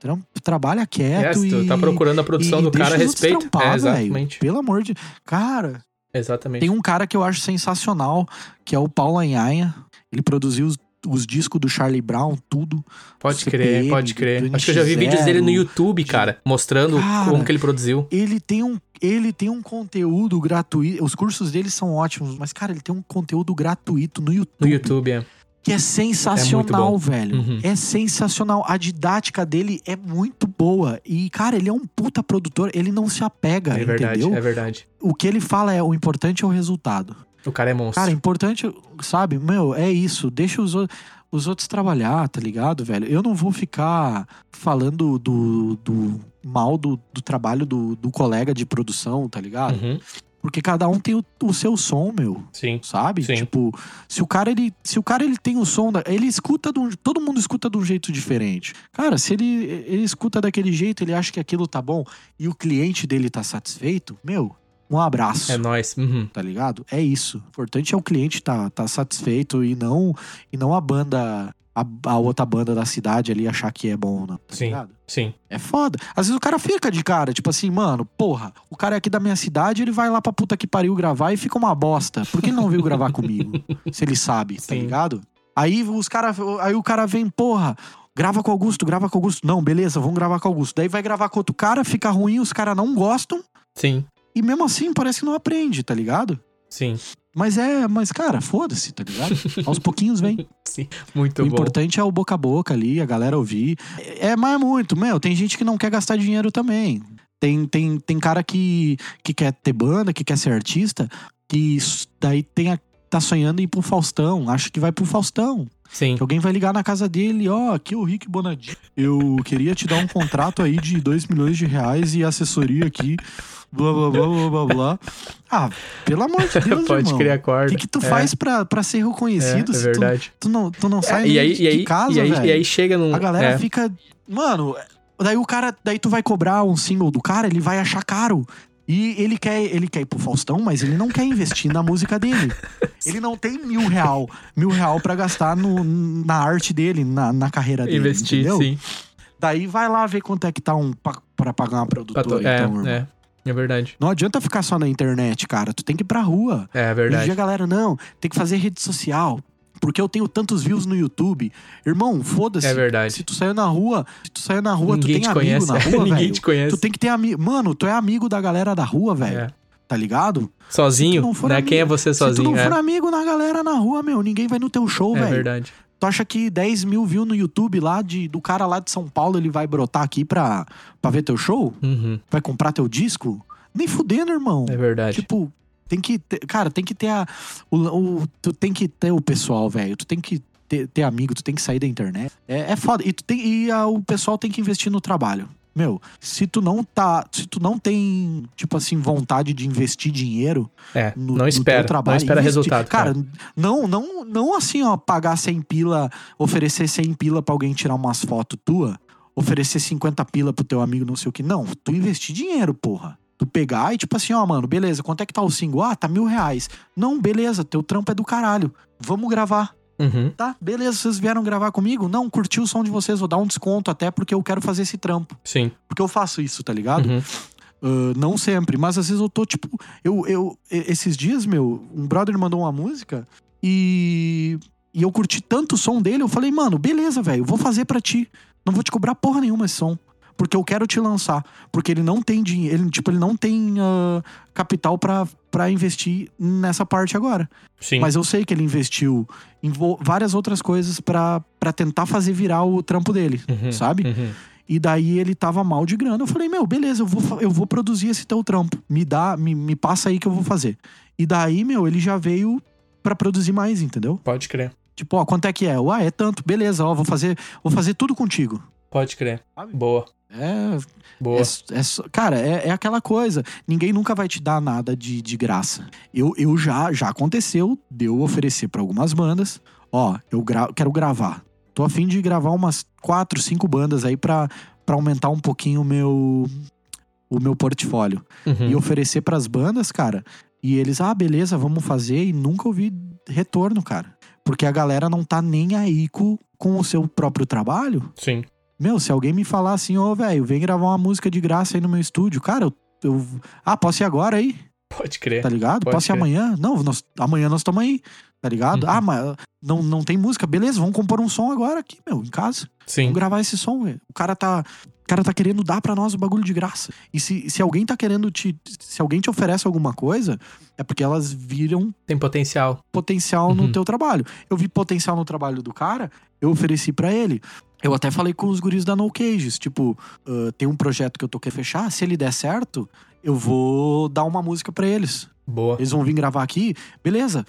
[SPEAKER 3] Trampa, trabalha
[SPEAKER 2] É,
[SPEAKER 3] quieto
[SPEAKER 2] se tu
[SPEAKER 3] e
[SPEAKER 2] tá procurando a produção
[SPEAKER 3] e
[SPEAKER 2] do
[SPEAKER 3] deixa
[SPEAKER 2] cara,
[SPEAKER 3] os outros
[SPEAKER 2] respeito.
[SPEAKER 3] trampar,
[SPEAKER 2] é,
[SPEAKER 3] velho.
[SPEAKER 2] exatamente.
[SPEAKER 3] pelo amor de cara
[SPEAKER 2] Exatamente.
[SPEAKER 3] tem um cara que eu acho sensacional, que é o Paulo Anhaia. Ele produziu os, os discos do Charlie Brown, tudo.
[SPEAKER 2] Pode
[SPEAKER 3] CPM,
[SPEAKER 2] crer, pode crer.
[SPEAKER 3] do
[SPEAKER 2] Acho que eu já vi
[SPEAKER 3] NX0,
[SPEAKER 2] vídeos dele no YouTube, cara, mostrando
[SPEAKER 3] Cara,
[SPEAKER 2] como que ele produziu.
[SPEAKER 3] Ele tem um, ele tem um conteúdo gratuito. Os cursos dele são ótimos, mas, cara, ele tem um conteúdo gratuito no YouTube.
[SPEAKER 2] No YouTube, é.
[SPEAKER 3] Que é sensacional,
[SPEAKER 2] bom.
[SPEAKER 3] velho.
[SPEAKER 2] Uhum.
[SPEAKER 3] É sensacional. A didática dele é muito boa. E, cara, ele é um puta produtor. Ele não se apega,
[SPEAKER 2] É verdade,
[SPEAKER 3] entendeu?
[SPEAKER 2] é verdade.
[SPEAKER 3] O que ele fala é o importante é o resultado.
[SPEAKER 2] O cara é monstro.
[SPEAKER 3] Cara, é importante, sabe? Meu, é isso. Deixa os, ou- os outros trabalhar, tá ligado, velho? Eu não vou ficar falando do, do mal do, do trabalho do, do colega de produção, tá ligado?
[SPEAKER 2] Uhum,
[SPEAKER 3] Porque cada um tem o, o seu som, meu.
[SPEAKER 2] Sim,
[SPEAKER 3] Sabe?
[SPEAKER 2] Sim.
[SPEAKER 3] Tipo, se o cara ele, se o cara ele tem o som, da, ele escuta de um, todo mundo escuta de um jeito diferente. Cara, se ele ele escuta daquele jeito, ele acha que aquilo tá bom e o cliente dele tá satisfeito, meu, um abraço
[SPEAKER 2] é nóis. Uhum,
[SPEAKER 3] tá ligado? É isso. O importante é o cliente tá, tá satisfeito e não e não a banda a, a outra banda da cidade ali achar que é bom, não, tá
[SPEAKER 2] Sim.
[SPEAKER 3] ligado?
[SPEAKER 2] Sim,
[SPEAKER 3] É foda. Às vezes o cara fica de cara, tipo assim, mano, porra, o cara é aqui da minha cidade, ele vai lá pra puta que pariu gravar e fica uma bosta. Por que ele não veio gravar comigo? Se ele sabe, tá
[SPEAKER 2] Sim.
[SPEAKER 3] ligado? Aí os cara, aí o cara vem, porra, grava com o Augusto, grava com o Augusto. Não, beleza, vamos gravar com o Augusto. Daí vai gravar com outro cara, fica ruim, os caras não gostam
[SPEAKER 2] sim,
[SPEAKER 3] e mesmo assim parece que não aprende, tá ligado?
[SPEAKER 2] sim,
[SPEAKER 3] Mas é, mas cara, foda-se, tá ligado? Aos pouquinhos vem.
[SPEAKER 2] sim. Muito
[SPEAKER 3] o
[SPEAKER 2] bom.
[SPEAKER 3] importante é o boca a boca ali, a galera ouvir. É, mas é muito, meu, tem gente que não quer gastar dinheiro também. Tem, tem, tem cara que, que quer ter banda, que quer ser artista, que s- daí tem a- tá sonhando em ir pro Faustão, acha que vai pro Faustão.
[SPEAKER 2] Sim,
[SPEAKER 3] Que alguém vai ligar na casa dele, ó, aqui é o Rick Bonadinho. Eu queria te dar um contrato aí de 2 milhões de reais e assessoria aqui, blá, blá, blá, blá, blá, blá. Ah, pelo amor de Deus,
[SPEAKER 2] pode
[SPEAKER 3] irmão.
[SPEAKER 2] crer a corda.
[SPEAKER 3] O que, que tu
[SPEAKER 2] É,
[SPEAKER 3] faz pra, pra ser reconhecido
[SPEAKER 2] é, é
[SPEAKER 3] se tu,
[SPEAKER 2] verdade.
[SPEAKER 3] tu não, tu não sai
[SPEAKER 2] É, e
[SPEAKER 3] nem
[SPEAKER 2] aí,
[SPEAKER 3] de,
[SPEAKER 2] e aí,
[SPEAKER 3] de casa,
[SPEAKER 2] e aí,
[SPEAKER 3] velho?
[SPEAKER 2] e aí chega num.
[SPEAKER 3] A galera
[SPEAKER 2] é,
[SPEAKER 3] fica. Mano, daí o cara. Daí tu vai cobrar um single do cara, ele vai achar caro. E ele quer, ele quer ir pro Faustão, mas ele não quer investir na música dele. Ele não tem mil real, mil real pra gastar no, na arte dele, na, na carreira dele.
[SPEAKER 2] investir,
[SPEAKER 3] entendeu?
[SPEAKER 2] sim.
[SPEAKER 3] Daí vai lá ver quanto é que tá um pa- pra pagar uma
[SPEAKER 2] Pra
[SPEAKER 3] produtora.
[SPEAKER 2] to-
[SPEAKER 3] então, irmão.
[SPEAKER 2] é, é, é verdade.
[SPEAKER 3] Não adianta ficar só na internet, cara. Tu tem que ir pra rua.
[SPEAKER 2] É
[SPEAKER 3] Hoje em dia
[SPEAKER 2] verdade.
[SPEAKER 3] a galera, não, tem que fazer rede social. Porque eu tenho tantos views no YouTube. Irmão, foda-se.
[SPEAKER 2] É verdade.
[SPEAKER 3] Se tu saiu na rua, se tu saiu na rua,
[SPEAKER 2] Ninguém
[SPEAKER 3] tu tem
[SPEAKER 2] te
[SPEAKER 3] amigo
[SPEAKER 2] conhece.
[SPEAKER 3] na rua,
[SPEAKER 2] Ninguém
[SPEAKER 3] velho.
[SPEAKER 2] te conhece.
[SPEAKER 3] Tu tem que ter amigo. Mano, tu é amigo da galera da rua, velho.
[SPEAKER 2] É.
[SPEAKER 3] Tá ligado?
[SPEAKER 2] Sozinho,
[SPEAKER 3] não for
[SPEAKER 2] né?
[SPEAKER 3] amigo-
[SPEAKER 2] Quem é você
[SPEAKER 3] se tu
[SPEAKER 2] sozinho?
[SPEAKER 3] não
[SPEAKER 2] É,
[SPEAKER 3] for amigo da galera na rua, meu, ninguém vai no teu show,
[SPEAKER 2] é
[SPEAKER 3] velho.
[SPEAKER 2] verdade.
[SPEAKER 3] Tu acha que 10 mil views no YouTube lá de, do cara lá de São Paulo, ele vai brotar aqui pra, pra ver teu show?
[SPEAKER 2] Uhum,
[SPEAKER 3] Vai comprar teu disco? Nem fudendo, irmão.
[SPEAKER 2] é verdade.
[SPEAKER 3] Tipo, tem que ter, cara, tem que ter a o, o- tu tem que ter o pessoal, velho. Tu tem que ter, ter amigo, tu tem que sair da internet. É, é foda. E tu tem e a- o pessoal tem que investir no trabalho. meu, se tu não tá, se tu não tem, tipo assim, vontade de investir dinheiro
[SPEAKER 2] É, não espera. não espera
[SPEAKER 3] investir-
[SPEAKER 2] resultado.
[SPEAKER 3] Cara, não, não, não assim, ó, pagar 100 pila, oferecer 100 pila pra alguém tirar umas fotos tua, oferecer 50 pila pro teu amigo, não sei o que. Não, tu investir dinheiro, porra. Tu pegar e tipo assim, ó, mano, beleza, quanto é que tá o single? Ah, tá mil reais. Não, beleza, teu trampo é do caralho. Vamos gravar.
[SPEAKER 2] Uhum.
[SPEAKER 3] Tá, beleza, vocês vieram gravar comigo? Não, curti o som de vocês, vou dar um desconto até porque eu quero fazer esse trampo.
[SPEAKER 2] Sim.
[SPEAKER 3] Porque eu faço isso, tá ligado?
[SPEAKER 2] Uhum.
[SPEAKER 3] Ah, não sempre, mas às vezes eu tô tipo. Eu, eu, e- esses dias, meu, um brother mandou uma música e. E eu curti tanto o som dele, eu falei, mano, beleza, velho, vou fazer pra ti. Não vou te cobrar porra nenhuma esse som. Porque eu quero te lançar. Porque ele não tem dinheiro, ele, tipo, ele não tem ah, capital pra, pra investir nessa parte agora.
[SPEAKER 2] Sim.
[SPEAKER 3] Mas eu sei que ele investiu em vo- várias outras coisas pra pra tentar fazer virar o trampo dele,
[SPEAKER 2] Uhum.
[SPEAKER 3] sabe?
[SPEAKER 2] Uhum.
[SPEAKER 3] E daí ele tava mal de grana. Eu falei, meu, beleza, eu vou, fa- eu vou produzir esse teu trampo. Me dá, me, me passa aí que eu vou fazer. E daí, meu, ele já veio pra produzir mais, entendeu?
[SPEAKER 2] Pode crer.
[SPEAKER 3] Tipo, ó, quanto é que é? Eu, Ah, é tanto, beleza, ó, vou fazer, vou fazer tudo contigo.
[SPEAKER 2] Pode crer.
[SPEAKER 3] Sabe?
[SPEAKER 2] Boa.
[SPEAKER 3] É,
[SPEAKER 2] Boa.
[SPEAKER 3] é- é só- cara, é, é aquela coisa. Ninguém nunca vai te dar nada de, de graça. Eu, eu já, já aconteceu de eu oferecer pra algumas bandas. Ó, eu gra- quero gravar. Tô afim de gravar umas quatro, cinco bandas aí pra, pra aumentar um pouquinho o meu, o meu portfólio.
[SPEAKER 2] Uhum.
[SPEAKER 3] E oferecer pras bandas, cara. E eles, ah, beleza, vamos fazer. E nunca ouvi retorno, cara. Porque a galera não tá nem aí com, com o seu próprio trabalho.
[SPEAKER 2] Sim.
[SPEAKER 3] Meu, se alguém me falar assim, ô velho, vem gravar uma música de graça aí no meu estúdio, cara, eu. eu- ah, posso ir agora aí,
[SPEAKER 2] Pode crer.
[SPEAKER 3] tá ligado?
[SPEAKER 2] Pode
[SPEAKER 3] posso ir
[SPEAKER 2] crer.
[SPEAKER 3] amanhã? Não, nós- amanhã nós estamos aí, tá ligado?
[SPEAKER 2] Uhum.
[SPEAKER 3] Ah, mas não, não tem música, beleza, vamos compor um som agora aqui, meu, em casa.
[SPEAKER 2] Sim.
[SPEAKER 3] Vamos gravar esse som, velho. O cara tá. O cara tá querendo dar pra nós o bagulho de graça. E se, se alguém tá querendo te. Se alguém te oferece alguma coisa, é porque elas viram
[SPEAKER 2] Tem potencial.
[SPEAKER 3] potencial
[SPEAKER 2] Uhum.
[SPEAKER 3] no teu trabalho. Eu vi potencial no trabalho do cara, eu ofereci pra ele. Eu até falei com os guris da No Cages, tipo, ah, tem um projeto que eu tô querendo fechar, se ele der certo, eu vou dar uma música pra eles.
[SPEAKER 2] Boa.
[SPEAKER 3] Eles vão vir gravar aqui, beleza.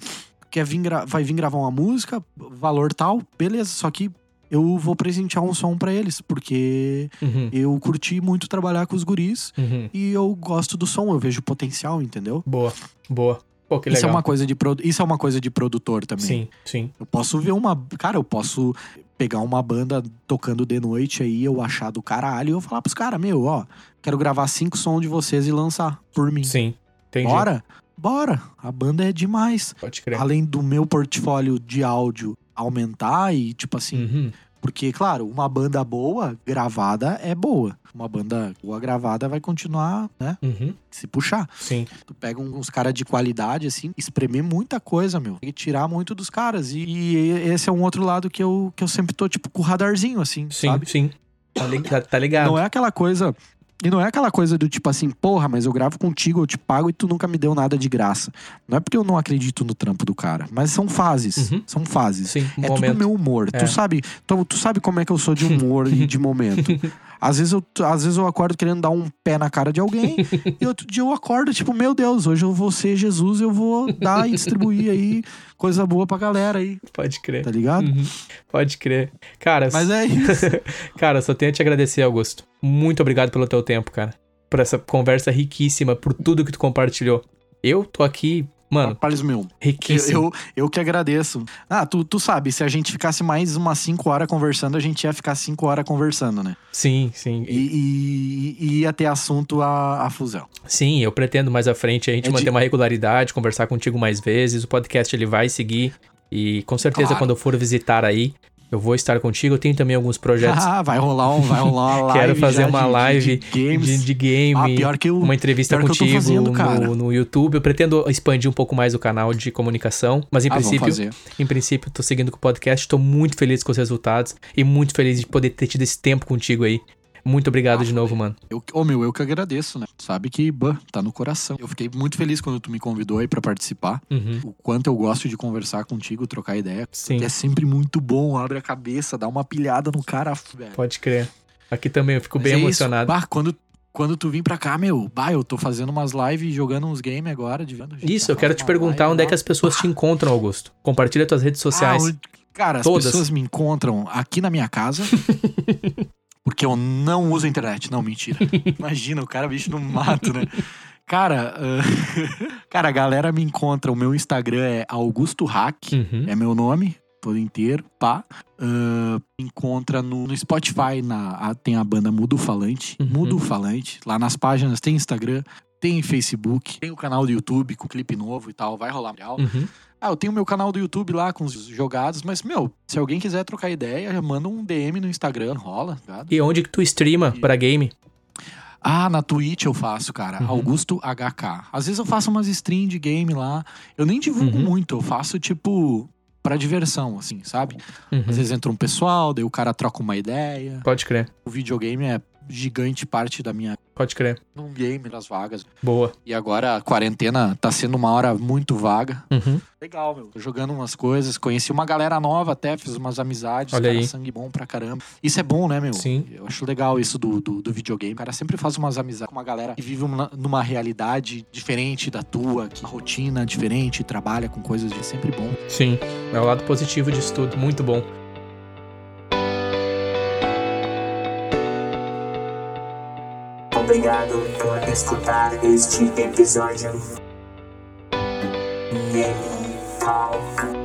[SPEAKER 3] Quer vir gra- vai vir gravar uma música, valor tal, beleza, só que eu vou presentear um som pra eles, porque
[SPEAKER 2] Uhum.
[SPEAKER 3] eu curti muito trabalhar com os guris
[SPEAKER 2] Uhum.
[SPEAKER 3] e eu gosto do som, eu vejo potencial, entendeu?
[SPEAKER 2] Boa. Boa. Pô, que
[SPEAKER 3] Isso é
[SPEAKER 2] legal.
[SPEAKER 3] uma coisa de produ- isso é uma coisa de produtor também.
[SPEAKER 2] Sim, sim.
[SPEAKER 3] Eu posso ver uma. Cara, eu posso pegar uma banda tocando de noite aí, eu achar do caralho e eu falar pros caras, meu, ó, quero gravar cinco sons de vocês e lançar por mim.
[SPEAKER 2] Sim. Entendi.
[SPEAKER 3] Bora? Bora! A banda é demais.
[SPEAKER 2] Pode crer.
[SPEAKER 3] Além do meu portfólio de áudio aumentar e, tipo assim,
[SPEAKER 2] Uhum.
[SPEAKER 3] porque, claro, uma banda boa gravada é boa. Uma banda boa gravada vai continuar, né?
[SPEAKER 2] Uhum.
[SPEAKER 3] Se puxar.
[SPEAKER 2] Sim.
[SPEAKER 3] Tu pega um- uns caras de qualidade, assim, espremer muita coisa, meu. E tirar muito dos caras. E, e esse é um outro lado que eu, que eu sempre tô, tipo, com o radarzinho, assim,
[SPEAKER 2] Sim,
[SPEAKER 3] sabe?
[SPEAKER 2] sim. Tá, li- tá- tá ligado.
[SPEAKER 3] Não é aquela coisa. E não é aquela coisa do tipo assim, porra, mas eu gravo contigo, eu te pago e tu nunca me deu nada de graça. Não é porque eu não acredito no trampo do cara, mas são fases.
[SPEAKER 2] Uhum.
[SPEAKER 3] São fases.
[SPEAKER 2] Sim, um
[SPEAKER 3] É
[SPEAKER 2] momento.
[SPEAKER 3] tudo meu humor.
[SPEAKER 2] É.
[SPEAKER 3] Tu sabe, tu, tu sabe como é que eu sou de humor e de momento. Às vezes, eu, às vezes eu acordo querendo dar um pé na cara de alguém, e outro dia eu acordo, tipo, meu Deus, hoje eu vou ser Jesus, eu vou dar e distribuir aí coisa boa pra galera aí,
[SPEAKER 2] Pode crer.
[SPEAKER 3] tá ligado?
[SPEAKER 2] Uhum. Pode crer. Cara,
[SPEAKER 3] Mas é isso.
[SPEAKER 2] cara, só tenho a te agradecer, Augusto. Muito obrigado pelo teu tempo, cara. Por essa conversa riquíssima, por tudo que tu compartilhou. Eu tô aqui, mano,
[SPEAKER 3] Rapaz, meu, eu,
[SPEAKER 2] riquíssimo.
[SPEAKER 3] eu, eu que agradeço. Ah, tu, tu sabe, se a gente ficasse mais umas 5 horas conversando, a gente ia ficar 5 horas conversando, né?
[SPEAKER 2] Sim, sim.
[SPEAKER 3] E, e- e ia ter assunto a, a fusão.
[SPEAKER 2] Sim, eu pretendo mais à frente a gente
[SPEAKER 3] É de-
[SPEAKER 2] manter uma regularidade, conversar contigo mais vezes. O podcast ele vai seguir e com certeza
[SPEAKER 3] Claro.
[SPEAKER 2] quando eu for visitar aí, eu vou estar contigo. Eu tenho também alguns projetos
[SPEAKER 3] Ah, vai rolar um, vai rolar uma live.
[SPEAKER 2] Quero fazer
[SPEAKER 3] já
[SPEAKER 2] uma
[SPEAKER 3] de- de-
[SPEAKER 2] live
[SPEAKER 3] de, games.
[SPEAKER 2] de, de game,
[SPEAKER 3] Ah, pior que eu.
[SPEAKER 2] uma entrevista
[SPEAKER 3] pior que eu tô
[SPEAKER 2] contigo
[SPEAKER 3] fazendo, cara.
[SPEAKER 2] no, no YouTube. Eu pretendo expandir um pouco mais o canal de comunicação, mas em
[SPEAKER 3] Ah, vamos
[SPEAKER 2] princípio,
[SPEAKER 3] fazer.
[SPEAKER 2] em princípio, tô seguindo com o podcast. Tô muito feliz com os resultados e muito feliz de poder ter tido esse tempo contigo aí. Muito obrigado
[SPEAKER 3] Ah,
[SPEAKER 2] de novo, mano.
[SPEAKER 3] Eu, ô, meu, eu que agradeço, né? Sabe que, bah, tá no coração. Eu fiquei muito feliz quando tu me convidou aí pra participar.
[SPEAKER 2] Uhum.
[SPEAKER 3] O quanto eu gosto de conversar contigo, trocar ideia.
[SPEAKER 2] Sim,
[SPEAKER 3] É sempre muito bom, abre a cabeça, dá uma pilhada no cara, velho.
[SPEAKER 2] pode crer. Aqui também eu fico
[SPEAKER 3] Mas
[SPEAKER 2] bem
[SPEAKER 3] é isso.
[SPEAKER 2] emocionado.
[SPEAKER 3] Bah, quando, quando tu vir pra cá, meu, bah, eu tô fazendo umas lives, jogando uns games agora. De vendo,
[SPEAKER 2] Isso, eu quero te perguntar onde é que as pessoas te encontram, Augusto. Compartilha tuas redes sociais.
[SPEAKER 3] Ah, o- cara, as
[SPEAKER 2] Todas.
[SPEAKER 3] pessoas me encontram aqui na minha casa. Porque eu não uso a internet. Não, mentira. Imagina, o cara bicho no mato, né? Cara, ah, cara, a galera me encontra. O meu Instagram é Augusto Hack,
[SPEAKER 2] Uhum.
[SPEAKER 3] é meu nome todo inteiro, pá. Ah, me encontra no, no Spotify, na, a- tem a banda Mudo Falante,
[SPEAKER 2] Uhum.
[SPEAKER 3] Mudo Falante. Lá nas páginas tem Instagram, tem Facebook, tem o canal do YouTube com clipe novo e tal. Vai rolar material.
[SPEAKER 2] Uhum.
[SPEAKER 3] Ah, eu tenho meu canal do YouTube lá com os jogados, mas, meu, se alguém quiser trocar ideia, já manda um DM no Instagram, rola, tá? ligado?
[SPEAKER 2] E onde que tu streama pra game?
[SPEAKER 3] Ah, na Twitch eu faço, cara.
[SPEAKER 2] Uhum.
[SPEAKER 3] Augusto HK. Às vezes eu faço umas stream de game lá. Eu nem divulgo
[SPEAKER 2] Uhum.
[SPEAKER 3] muito, eu faço tipo pra diversão, assim, sabe?
[SPEAKER 2] Uhum.
[SPEAKER 3] Às vezes entra um pessoal, daí o cara troca uma ideia.
[SPEAKER 2] Pode crer,
[SPEAKER 3] O videogame é gigante parte da minha
[SPEAKER 2] pode crer.
[SPEAKER 3] um game das vagas.
[SPEAKER 2] Boa.
[SPEAKER 3] E agora a quarentena tá sendo uma hora muito vaga.
[SPEAKER 2] Uhum.
[SPEAKER 3] Legal, meu. Tô Jogando umas coisas, conheci uma galera nova até, fiz umas amizades,
[SPEAKER 2] Olha
[SPEAKER 3] cara,
[SPEAKER 2] aí.
[SPEAKER 3] sangue bom pra caramba. Isso é bom, né, meu?
[SPEAKER 2] Sim.
[SPEAKER 3] Eu acho legal isso do, do, do videogame. O cara sempre faz umas amizades com uma galera que vive uma- numa realidade diferente da tua, que uma rotina diferente, trabalha com coisas, é sempre bom.
[SPEAKER 2] Sim, é o lado positivo disso tudo. Muito bom.
[SPEAKER 1] Obrigado por escutar este episódio. Game Talk.